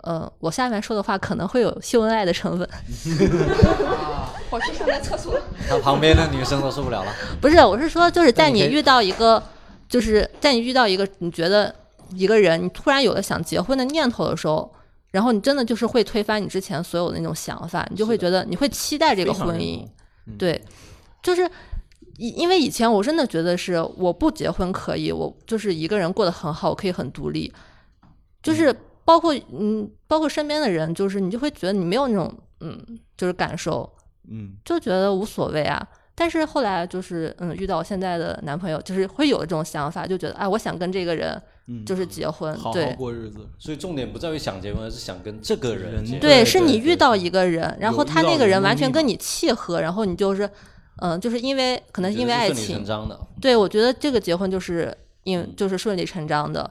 Speaker 14: 呃，我下面说的话可能会有秀恩爱的成 分，
Speaker 1: 啊
Speaker 7: 我去上个厕所。
Speaker 4: 她旁边的女生都啊受不了了。
Speaker 14: 不是，我是说，就是在
Speaker 4: 那你
Speaker 14: 你
Speaker 4: 可以
Speaker 14: 遇到一个，就是在你遇到一个你觉得一个人，你突然有了想结婚的念头的时候，然后你真的就是会推翻你之前所有的那种想法，你就会觉得你会期待这个
Speaker 15: 非常
Speaker 14: 婚
Speaker 15: 认
Speaker 14: 姻，
Speaker 4: 嗯
Speaker 14: 对，就是。因因为以前我真的觉得是我不结婚可以，我就是一个人过得很好，我可以很独立，就是包括嗯，包括身边的人，就是你就会觉得你没有那种嗯，就是感受，
Speaker 3: 嗯，
Speaker 14: 就觉得无所谓啊。但是后来就是，嗯，遇到我现在的男朋友，就是会有这种想法，就觉得，哎，我想跟这个人
Speaker 3: 嗯
Speaker 14: 就是结婚，
Speaker 4: 好好
Speaker 14: 对，
Speaker 3: 过日子。
Speaker 4: 所以重点不在于想结婚，而是想跟这个人结婚。
Speaker 14: 对，是你遇到一个人，然
Speaker 4: 有
Speaker 14: 后
Speaker 4: 遇
Speaker 14: 他
Speaker 4: 到
Speaker 14: 那个
Speaker 4: 有
Speaker 14: 人
Speaker 4: 那
Speaker 14: 完
Speaker 4: 个
Speaker 14: 全
Speaker 4: 密
Speaker 14: 跟你契合，然后你就是，嗯、就是因为可能是
Speaker 4: 觉
Speaker 14: 因为
Speaker 4: 得是
Speaker 14: 爱
Speaker 4: 顺理成
Speaker 14: 情
Speaker 4: 章 的，
Speaker 14: 对我觉得这个结婚就是因就是顺理成章的。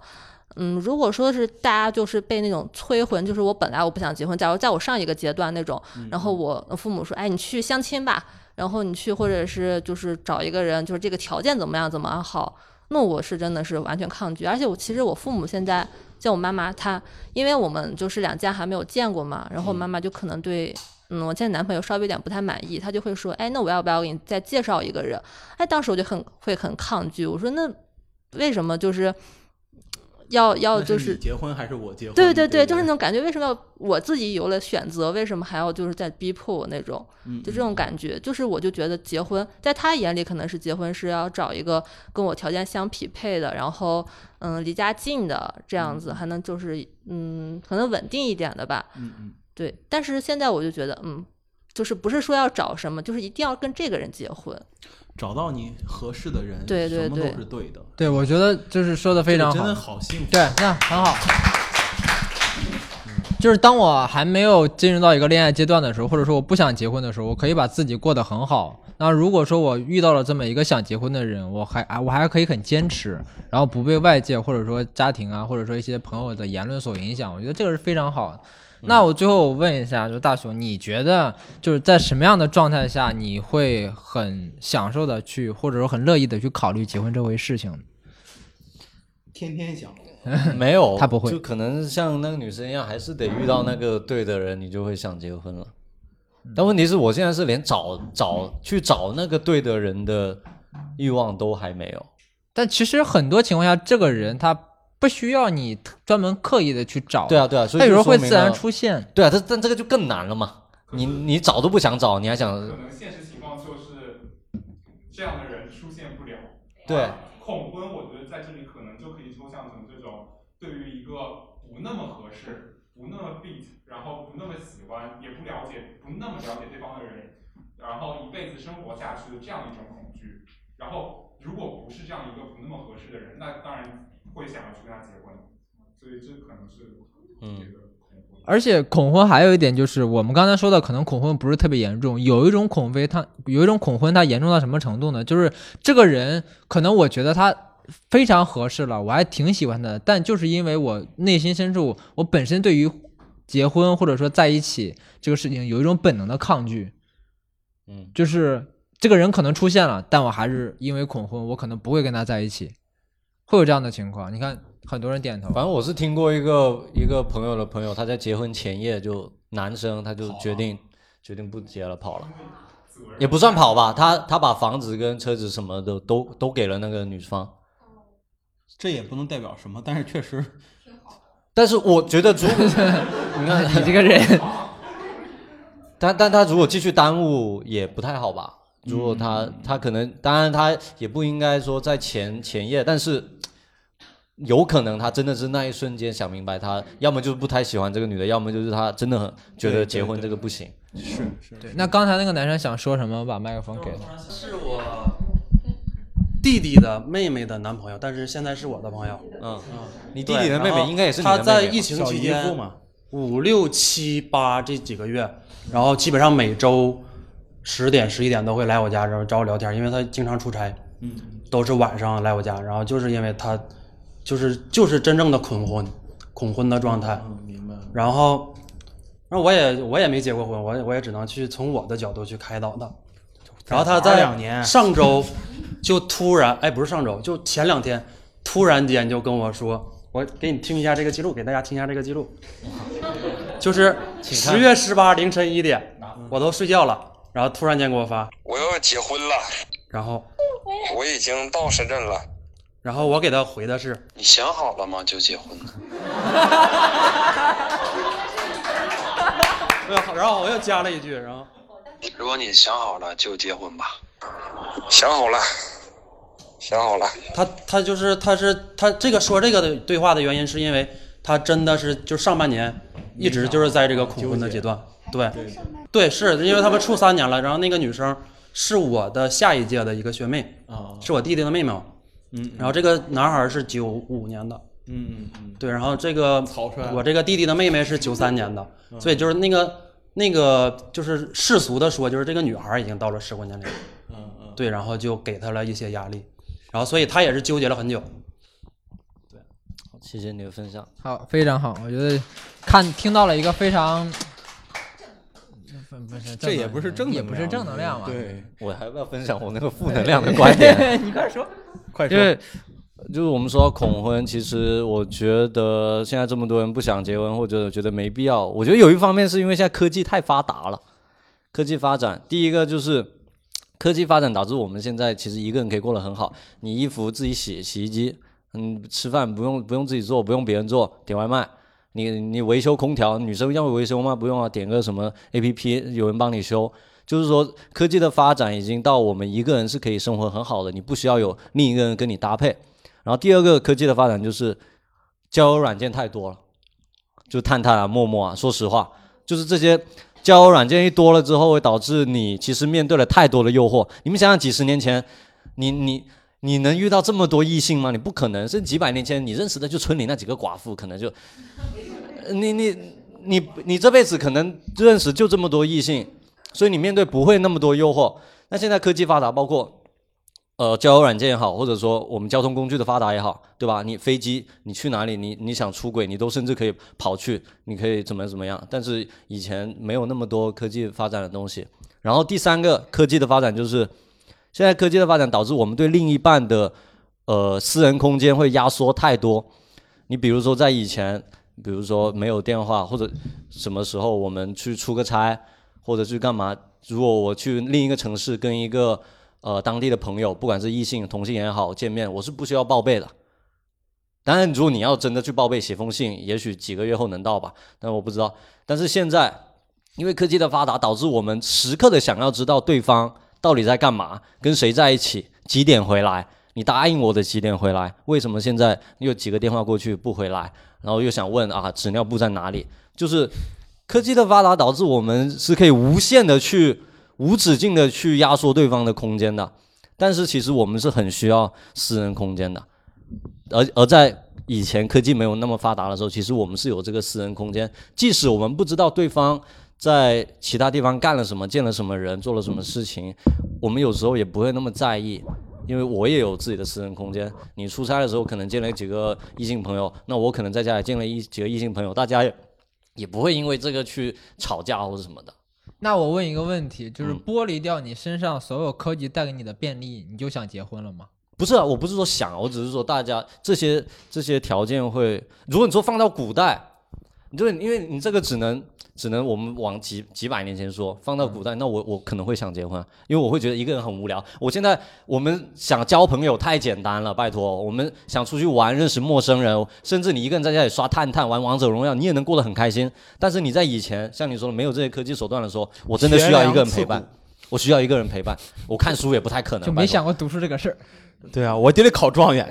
Speaker 14: 嗯，如果说是大家就是被那种催婚，就是我本来我不想结婚，假如在我上一个阶段那种，然后我父母说，哎，你去相亲吧，然后你去或者是就是找一个人，就是这个条件怎么样怎么样好，那我是真的是完全抗拒。而且我其实我父母现在像我妈妈她，因为我们就是两家还没有见过嘛，然后我妈妈就可能对。嗯，我现在男朋友稍微有点不太满意，她就会说，哎，那我要不要给你再介绍一个人？哎，当时我就很会很抗拒，我说那为什么就是要要
Speaker 3: 那
Speaker 14: 就是
Speaker 3: 你结婚还是我结婚？
Speaker 14: 对对对，就是那种感觉。为什么要我自己有了选择，为什么还要就是在逼迫我那种？
Speaker 3: 嗯
Speaker 14: 就这种感觉，就是我就觉得结婚，在他眼里可能是结婚是要找一个跟我条件相匹配的，然后嗯离家近的这样子，还能就是嗯可能稳定一点的吧。
Speaker 3: 嗯嗯。
Speaker 14: 对，但是现在我就觉得，嗯，就是不是说要找什么，就是一定要跟这个人结婚。
Speaker 3: 找到你合适的人，
Speaker 14: 对对
Speaker 3: 什么都
Speaker 14: 对
Speaker 3: 是对的。
Speaker 1: 对，我觉得就是说的非常好，
Speaker 3: 这个真的好幸福
Speaker 1: 对，那很好。就是当我还没有进入到一个恋爱阶段的时候，或者说我不想结婚的时候，我可以把自己过得很好。那如果说我遇到了这么一个想结婚的人，我还啊我还可以很坚持，然后不被外界或者说家庭啊，或者说一些朋友的言论所影响，我觉得这个是非常好的。
Speaker 3: 嗯
Speaker 1: 那我最后我问一下，就是大雄，你觉得就是在什么样的状态下你会很享受的去，或者说很乐意的去考虑结婚这回事情呢？
Speaker 3: 天天想，
Speaker 4: 没有，
Speaker 1: 他不会
Speaker 4: 就可能像那个女生一样，还是得遇到那个对的人，你就会想结婚了。
Speaker 1: 嗯
Speaker 4: 但问题是我现在是连找找去找那个对的人的欲望都还没有。
Speaker 1: 但其实很多情况下，这个人他不需要你特专门刻意的去找，
Speaker 4: 对啊，对啊，所以
Speaker 1: 他有时
Speaker 4: 就说
Speaker 1: 候会
Speaker 4: 明
Speaker 1: 自然
Speaker 4: 了
Speaker 1: 出现。
Speaker 4: 对啊，但但这个就更难了嘛。你你找都不想找，你还想
Speaker 11: 可能现实情况就是这样的人出现不了。
Speaker 4: 对
Speaker 11: 啊，恐婚我觉得在这里可能就可以抽象成这种对于一个不那么合适、不那么 fit，然后不那么喜欢、也不了解、不那么了解对方的人，然后一辈子生活下去的这样一种恐惧。然后如果不是这样一个不那么合适的人，那当然会想要去跟他结婚。所以这可能是
Speaker 4: 嗯。
Speaker 1: 而且恐婚还有一点就是，我们刚才说的，可能恐婚不是特别严重，有一种恐婚它有一种恐婚它严重到什么程度呢？就是这个人可能我觉得他非常合适了，我还挺喜欢的，但就是因为我内心深处我本身对于结婚或者说在一起这个事情有一种本能的抗拒，
Speaker 4: 嗯，
Speaker 1: 就是这个人可能出现了，但我还是因为恐婚，我可能不会跟他在一起，会有这样的情况。你看很多人点头，
Speaker 4: 反正我是听过一个一个朋友的朋友，他在结婚前夜就男生他就决定、决定不结了，跑了，也不算跑吧，他他把房子跟车子什么的都都给了那个女方。
Speaker 3: 这也不能代表什么，但是确实，
Speaker 4: 但是我觉得如果你看
Speaker 1: 你这个人，
Speaker 4: 但但他如果继续耽误也不太好吧？如果他、
Speaker 1: 嗯
Speaker 4: 他可能，当然他也不应该说在前前夜，但是有可能他真的是那一瞬间想明白他，要么就是不太喜欢这个女的，要么就是他真的很觉得结婚这个不行。
Speaker 3: 是是，
Speaker 1: 嗯对，那刚才那个男生想说什么？把麦克风给他。
Speaker 9: 是我弟弟的妹妹的男朋友，但是现在是我的朋友。
Speaker 4: 嗯
Speaker 9: 嗯，
Speaker 4: 你弟弟的
Speaker 9: 对
Speaker 4: 妹妹
Speaker 9: 然后
Speaker 4: 应该也是你的
Speaker 9: 他
Speaker 4: 妹妹吧
Speaker 9: 在疫情期
Speaker 4: 小姨夫
Speaker 9: 间
Speaker 4: 嘛，
Speaker 9: 五六七八这几个月，然后基本上每周十点十一点都会来我家，然后找我聊天，因为他经常出差，
Speaker 3: 嗯，
Speaker 9: 都是晚上来我家，然后就是因为他就是就是真正的恐婚，恐婚的状态。
Speaker 3: 嗯明白。
Speaker 9: 然后，那我也我也没结过婚，我也我也只能去从我的角度去开导他。然后他
Speaker 3: 再玩
Speaker 9: 在
Speaker 3: 两年
Speaker 9: 上周就突然，哎，不是上周，就前两天突然间就跟我说，我给你听一下这个记录，给大家听一下这个记录，就是
Speaker 2: 请看
Speaker 9: 十月十八凌晨一点，我都睡觉了，然后突然间给我发，
Speaker 2: 我要结婚了，
Speaker 9: 然后
Speaker 2: 我已经到深圳了。
Speaker 9: 然后我给他回的是，
Speaker 2: 你想好了吗？就结婚了。
Speaker 9: 哎呀然后我又加了一句，然后
Speaker 2: 如果你想好了，就结婚吧。想好了，想好了。
Speaker 9: 他他就是他是他这个说这个的对话的原因，是因为他真的是就上半年一直就是在这个恐婚的阶段，对对，是因为他们处三年了，然后那个女生是我的下一届的一个学妹，
Speaker 3: 啊
Speaker 9: 是我弟弟的妹妹嘛，
Speaker 3: 嗯
Speaker 9: 然后这个男孩是九五年的，
Speaker 3: 嗯嗯
Speaker 9: 对，然后这个我这个弟弟的妹妹是九三年的，
Speaker 3: 嗯
Speaker 9: 所以就是那个那个就是世俗的说，就是这个女孩已经到了适婚年龄，
Speaker 3: 嗯嗯，
Speaker 9: 对，然后就给她了一些压力，然后所以她也是纠结了很久。
Speaker 4: 谢谢你的分享。
Speaker 1: 好，非常好，我觉得看听到了一个非常，不不是
Speaker 3: 这也不是正能
Speaker 1: 也不是正能量嘛，
Speaker 3: 对，
Speaker 4: 我还要不要分享我那个负能量的观点？
Speaker 1: 你快说，
Speaker 3: 快
Speaker 4: 因为就是我们说到恐婚，其实我觉得现在这么多人不想结婚，或者觉得没必要，我觉得有一方面是因为现在科技太发达了，科技发展，第一个就是。科技发展导致我们现在其实一个人可以过得很好，你衣服自己洗，洗衣机，嗯，吃饭不用不用自己做，不用别人做，点外卖，你你维修空调，女生要维修吗？不用啊，点个什么 A P P，有人帮你修。就是说，科技的发展已经到我们一个人是可以生活很好的，你不需要有另一个人跟你搭配。然后第二个科技的发展就是，交友软件太多了，就探探啊、陌陌啊。说实话，就是这些交友软件一多了之后，会导致你其实面对了太多的诱惑。你们想想，几十年前，你你你能遇到这么多异性吗？你不可能。甚至几百年前，你认识的就村里那几个寡妇，可能就你你你你这辈子可能认识就这么多异性，所以你面对不会那么多诱惑。那现在科技发达，包括呃交友软件也好，或者说我们交通工具的发达也好，对吧？你飞机，你去哪里，你你想出轨，你都甚至可以跑去，你可以怎么怎么样。但是以前没有那么多科技发展的东西。然后第三个科技的发展就是，现在科技的发展导致我们对另一半的呃私人空间会压缩太多。你比如说在以前，比如说没有电话或者什么时候我们去出个差或者去干嘛，如果我去另一个城市跟一个呃当地的朋友，不管是异性同性也好见面，我是不需要报备的。当然，如果你要真的去报备，写封信，也许几个月后能到吧，但我不知道。但是现在，因为科技的发达，导致我们时刻的想要知道对方到底在干嘛，跟谁在一起，几点回来，你答应我的几点回来？为什么现在又几个电话过去不回来？然后又想问啊，纸尿布在哪里？就是科技的发达导致我们是可以无限的去、无止境的去压缩对方的空间的，但是其实我们是很需要私人空间的。而而在以前科技没有那么发达的时候，其实我们是有这个私人空间，即使我们不知道对方在其他地方干了什么、见了什么人、做了什么事情，我们有时候也不会那么在意，因为我也有自己的私人空间。你出差的时候可能见了几个异性朋友，那我可能在家也见了一几个异性朋友，大家也也不会因为这个去吵架或者什么的。
Speaker 1: 那我问一个问题，就是
Speaker 9: 嗯
Speaker 1: 剥离掉你身上所有科技带给你的便利，你就想结婚了吗？
Speaker 4: 不是啊，我不是说想啊，我只是说大家这些这些条件会，如果你说放到古代，对，因为你这个只能只能我们往几几百年前说，放到古
Speaker 1: 嗯
Speaker 4: 代，那我我可能会想结婚啊，因为我会觉得一个人很无聊。我现在我们想交朋友太简单了，拜托，我们想出去玩认识陌生人，甚至你一个人在家里刷探探玩王者荣耀，你也能过得很开心。但是你在以前，像你说的没有这些科技手段的时候，我真的需要一个人陪伴，我需要一个人陪伴，我看书也不太可能，
Speaker 1: 就
Speaker 4: 拜托
Speaker 1: 没想过读书这个事儿。
Speaker 3: 对啊，我就得考状元。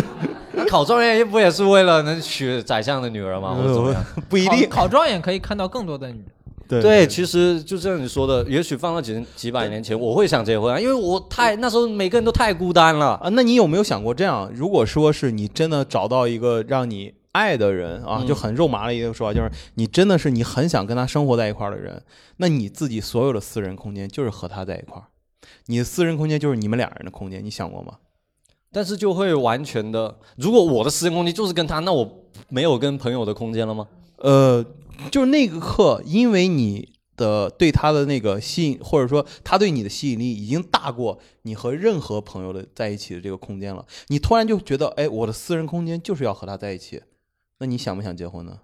Speaker 4: 考状元不也是为了能娶宰相的女儿 吗？或者怎么样？
Speaker 3: 不一
Speaker 1: 定，考状元可以看到更多的女人。
Speaker 3: 对
Speaker 4: 其实就像你说的，也许放到几几百年前，我会想结婚啊，因为我太那时候每个人都太孤单了
Speaker 3: 啊。那你有没有想过这样？如果说是你真的找到一个让你爱的人啊，
Speaker 4: 嗯
Speaker 3: 就很肉麻的一个说法，就是你真的是你很想跟他生活在一块儿的人，那你自己所有的私人空间就是和他在一块儿，你的私人空间就是你们俩人的空间，你想过吗？
Speaker 4: 但是就会完全的，如果我的私人空间就是跟他，那我没有跟朋友的空间了吗？
Speaker 3: 呃，就是那个刻，因为你的对他的那个吸引，或者说他对你的吸引力，已经大过你和任何朋友的在一起的这个空间了。你突然就觉得，哎，我的私人空间就是要和他在一起。那你想不想结婚呢？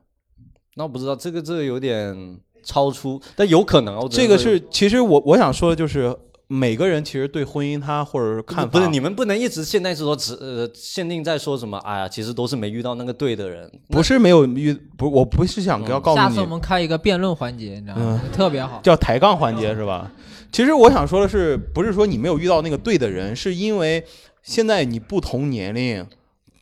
Speaker 4: 那我不知道这个这个有点超出，但有可能啊。我只能
Speaker 3: 这个
Speaker 4: 说
Speaker 3: 是，其实我我想说的就是，每个人其实对婚姻他或者是看法，
Speaker 4: 不是你们不能一直现在是说只呃限定在说什么，哎呀，其实都是没遇到那个对的人。
Speaker 3: 不是没有遇，不是我不是
Speaker 4: 嗯
Speaker 3: 想要告诉你，嗯
Speaker 1: 下次我们开一个辩论环节，你知道吗？特别好。
Speaker 3: 叫抬杠环
Speaker 4: 嗯
Speaker 3: 节是吧？其实我想说的是，不是说你没有遇到那个对的人，是因为现在你不同年龄，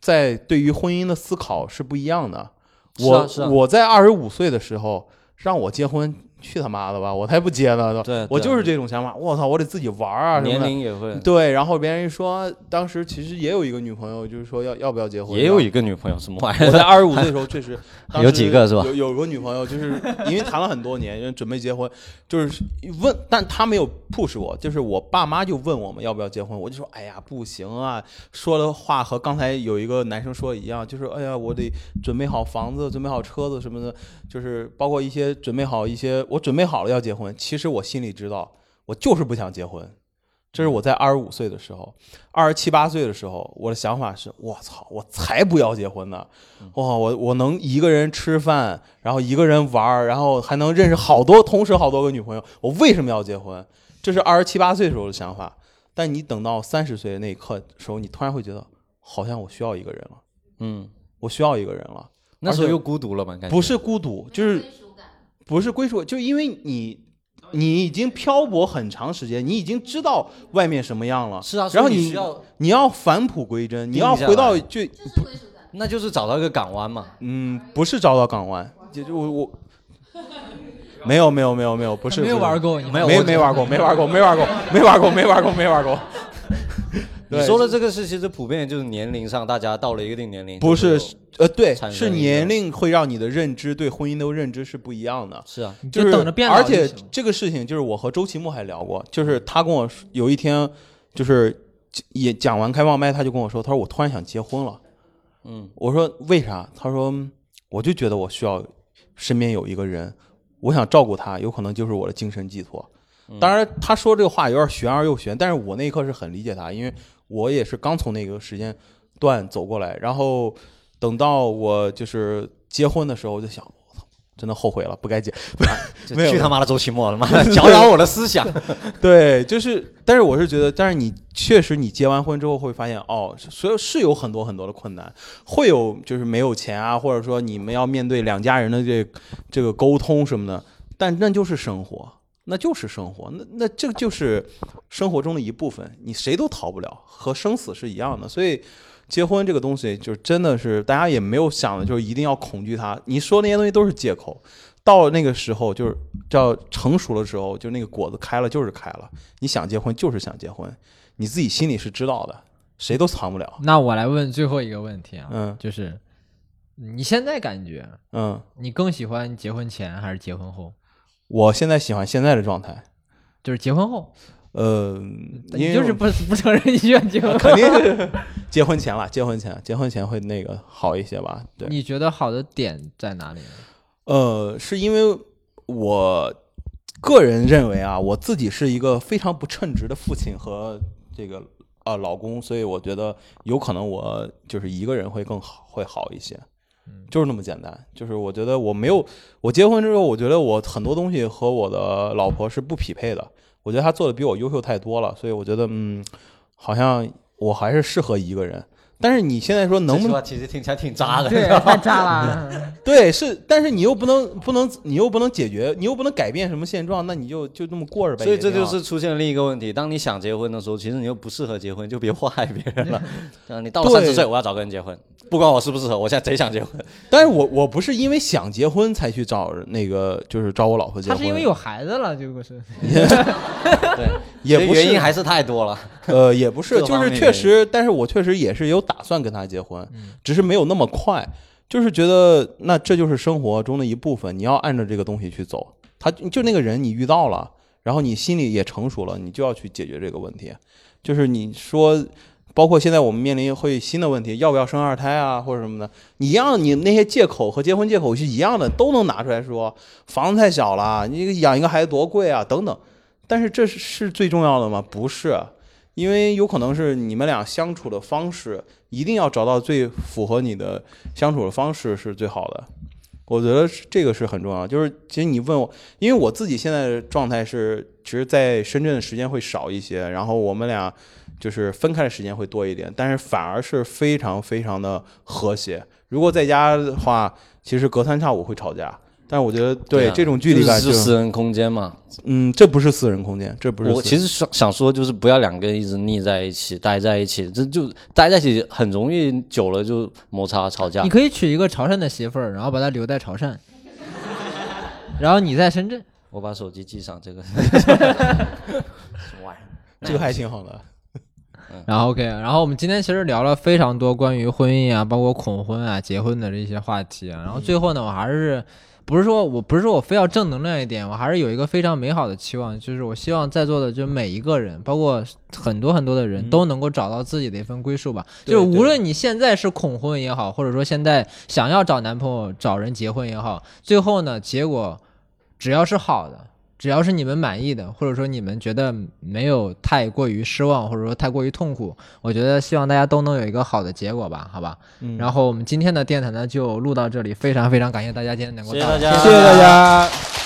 Speaker 3: 在对于婚姻的思考是不一样的。
Speaker 4: 是啊
Speaker 3: 我、
Speaker 4: 是啊
Speaker 3: 我在二十五岁的时候，让我结婚去他妈的吧，我才不接呢！
Speaker 4: 呃对
Speaker 3: 我
Speaker 4: 对
Speaker 3: 就是这种想法，我操，我得自己玩儿啊什么的。
Speaker 4: 年龄也会
Speaker 3: 对，然后别人一说，当时其实也有一个女朋友，就是说要要不要结婚，
Speaker 4: 也有一个女朋友，什么玩意儿？
Speaker 3: 我在二十五岁的时候，确 实当时
Speaker 4: 有几个是吧？
Speaker 3: 有有过女朋友，就是因为谈了很多年，因为准备结婚，就是问，但她没有 push 我，就是我爸妈就问我们要不要结婚，我就说哎呀不行啊，说的话和刚才有一个男生说的一样，就是哎呀我得准备好房子，准备好车子什么的，就是包括一些准备好一些，我准备好了要结婚，其实我心里知道，我就是不想结婚。这是我在二十五岁的时候，二十七八岁的时候，我的想法是：我操，我才不要结婚呢！
Speaker 4: 嗯
Speaker 3: 哇，我我能一个人吃饭，然后一个人玩儿，然后还能认识好多，同时好多个女朋友，我为什么要结婚？这是二十七八岁时候的想法。但你等到三十岁的那一刻的时候，你突然会觉得，好像我需要一个人了，
Speaker 4: 嗯，
Speaker 3: 我需要一个人了。
Speaker 4: 那时
Speaker 3: 而
Speaker 4: 候
Speaker 3: 且
Speaker 4: 又孤独了嘛感觉
Speaker 3: 不是孤独，就是不是归属，就因为你你已经漂泊很长时间，你已经知道外面什么样了。是
Speaker 4: 啊所以
Speaker 3: 然后
Speaker 4: 你
Speaker 3: 你
Speaker 4: 需要
Speaker 3: 你要返璞归真，你
Speaker 4: 定
Speaker 3: 要
Speaker 4: 下
Speaker 3: 回到
Speaker 4: 来
Speaker 3: 就
Speaker 4: 那就是找到一个港湾嘛。
Speaker 3: 嗯，不是找到港湾，就就我我。没有没有没有没有，不是
Speaker 1: 没有
Speaker 3: 不是
Speaker 1: 玩过你
Speaker 3: 没
Speaker 1: 没有
Speaker 3: 没玩过，没玩过，没玩过，没玩过，没玩过，没玩过。对
Speaker 4: 你说的这个是其实普遍就是年龄上，大家到了一个定年龄
Speaker 3: 不
Speaker 4: 就会有
Speaker 3: 是，呃，对，
Speaker 4: 产生
Speaker 3: 是
Speaker 4: 一个
Speaker 3: 年龄会让你的认知对婚姻的认知是不一样的。
Speaker 4: 是啊你
Speaker 3: 就
Speaker 4: 就是等着变老
Speaker 3: 而
Speaker 4: 就
Speaker 3: 且
Speaker 4: 行
Speaker 3: 这个事情就是我和周奇墨还聊过，就是他跟我说有一天就是也讲完开放麦，他就跟我说，他说我突然想结婚了。
Speaker 4: 嗯，
Speaker 3: 我说为啥？他说我就觉得我需要身边有一个人，我想照顾他，有可能就是我的精神寄托。
Speaker 4: 嗯
Speaker 3: 当然，他说这个话有点玄而又玄，但是我那一刻是很理解他，因为我也是刚从那个时间段走过来。然后等到我就是结婚的时候，我就想，我操，真的后悔了，不该结，
Speaker 4: 就
Speaker 3: 没有
Speaker 4: 去他妈的周奇墨了妈的搅扰我的思想
Speaker 3: 对，就是，但是我是觉得，但是你确实你结完婚之后会发现，哦，所以是有很多很多的困难，会有就是没有钱啊，或者说你们要面对两家人的这这个沟通什么的，但那就是生活，那就是生活，那那这就是生活中的一部分，你谁都逃不了，和生死是一样的，所以。结婚这个东西，就是真的是大家也没有想的，就是一定要恐惧它。你说那些东西都是借口，到那个时候就是叫成熟的时候，就那个果子开了就是开了。你想结婚就是想结婚，你自己心里是知道的，谁都藏不了。
Speaker 1: 那我来问最后一个问题啊，
Speaker 3: 嗯，
Speaker 1: 就是你现在感觉，
Speaker 3: 嗯，
Speaker 1: 你更喜欢结婚前还是结婚后？
Speaker 3: 我现在喜欢现在的状态，
Speaker 1: 就是结婚后，
Speaker 3: 呃，因为
Speaker 1: 你就是不 不承认你喜欢结婚后，
Speaker 3: 肯定是 结婚前了，结婚前，结婚前会那个好一些吧？对，
Speaker 1: 你觉得好的点在哪里呢？
Speaker 3: 呃，是因为我个人认为啊，我自己是一个非常不称职的父亲和这个呃老公，所以我觉得有可能我就是一个人会更好，会好一些。就是那么简单，就是我觉得我没有，我结婚之后，我觉得我很多东西和我的老婆是不匹配的。我觉得她做的比我优秀太多了，所以我觉得，嗯，好像我还是适合一个人。但是你现在说能不
Speaker 4: 这句
Speaker 3: 能
Speaker 4: 话其实听起来挺渣的，
Speaker 3: 对
Speaker 4: 你知道吗
Speaker 3: 太渣 了。嗯对，是，但是你又不能不能，你又不能解决，你又不能改变什么现状，那你就就那么过着呗。
Speaker 4: 所以这
Speaker 3: 也挺
Speaker 4: 就
Speaker 3: 好
Speaker 4: 是出现另一个问题：当你想结婚的时候，其实你又不适合结婚，就别祸害别人 了。啊，你到了
Speaker 3: 对
Speaker 4: 三十岁，我要找个人结婚，不管我适不适合，我现在贼想结婚。
Speaker 3: 但是我我不是因为想结婚才去找那个，就是找我老婆结
Speaker 1: 他
Speaker 3: 婚。
Speaker 1: 是因为有孩子了，结 果是，
Speaker 4: 对，
Speaker 3: 也不是
Speaker 4: 原因还是太多了。
Speaker 3: 呃，也不是，
Speaker 4: 各
Speaker 3: 就
Speaker 4: 方
Speaker 3: 是
Speaker 4: 面
Speaker 3: 确实，但是我确实也是有打算跟他结婚，
Speaker 1: 嗯
Speaker 3: 只是没有那么快，就是觉得那这就是生活中的一部分，你要按照这个东西去走。他就那个人你遇到了，然后你心里也成熟了，你就要去解决这个问题。就是你说，包括现在我们面临会新的问题，要不要生二胎啊，或者什么的，你一样，你那些借口和结婚借口是一样的，都能拿出来说，房子太小了，你养一个孩子多贵啊，等等。但是这是是最重要的吗？不是，因为有可能是你们俩相处的方式，一定要找到最符合你的相处的方式是最好的。我觉得是这个是很重要。就是其实你问我，因为我自己现在的状态是，其实在深圳的时间会少一些，然后我们俩就是分开的时间会多一点，但是反而是非常非常的和谐。如果在家的话，其实隔三差五会吵架，但是我觉得对
Speaker 4: 啊
Speaker 3: 这种距离感
Speaker 4: 就是私人空间嘛。
Speaker 3: 嗯，这不是私人空间，这不是私人。
Speaker 4: 我其实想想说，就是不要两个人一直腻在一起，待在一起，这就待在一起很容易久了就摩擦吵架。
Speaker 1: 你可以娶一个潮汕的媳妇儿，然后把她留在潮汕，然后你在深圳，
Speaker 4: 我把手机记上 这个。什么玩意儿？
Speaker 3: 这个还挺好的。
Speaker 1: 然后 OK，然后我们今天其实聊了非常多关于婚姻啊，包括恐婚啊、结婚的这些话题啊。然后最后呢，我还是不是说我不是说我非要正能量一点，我还是有一个非常美好的期望，就是我希望在座的就每一个人，包括很多很多的人都能够找到自己的一份归宿吧。
Speaker 3: 对
Speaker 1: 就是无论你现在是恐婚也好，或者说现在想要找男朋友、找人结婚也好，最后呢，结果只要是好的，只要是你们满意的，或者说你们觉得没有太过于失望，或者说太过于痛苦，我觉得希望大家都能有一个好的结果吧，好吧。
Speaker 3: 嗯
Speaker 1: 然后我们今天的电台呢就录到这里，非常非常感谢大家今天能够
Speaker 4: 谢谢
Speaker 1: 到来
Speaker 4: 大家
Speaker 1: 谢谢大家。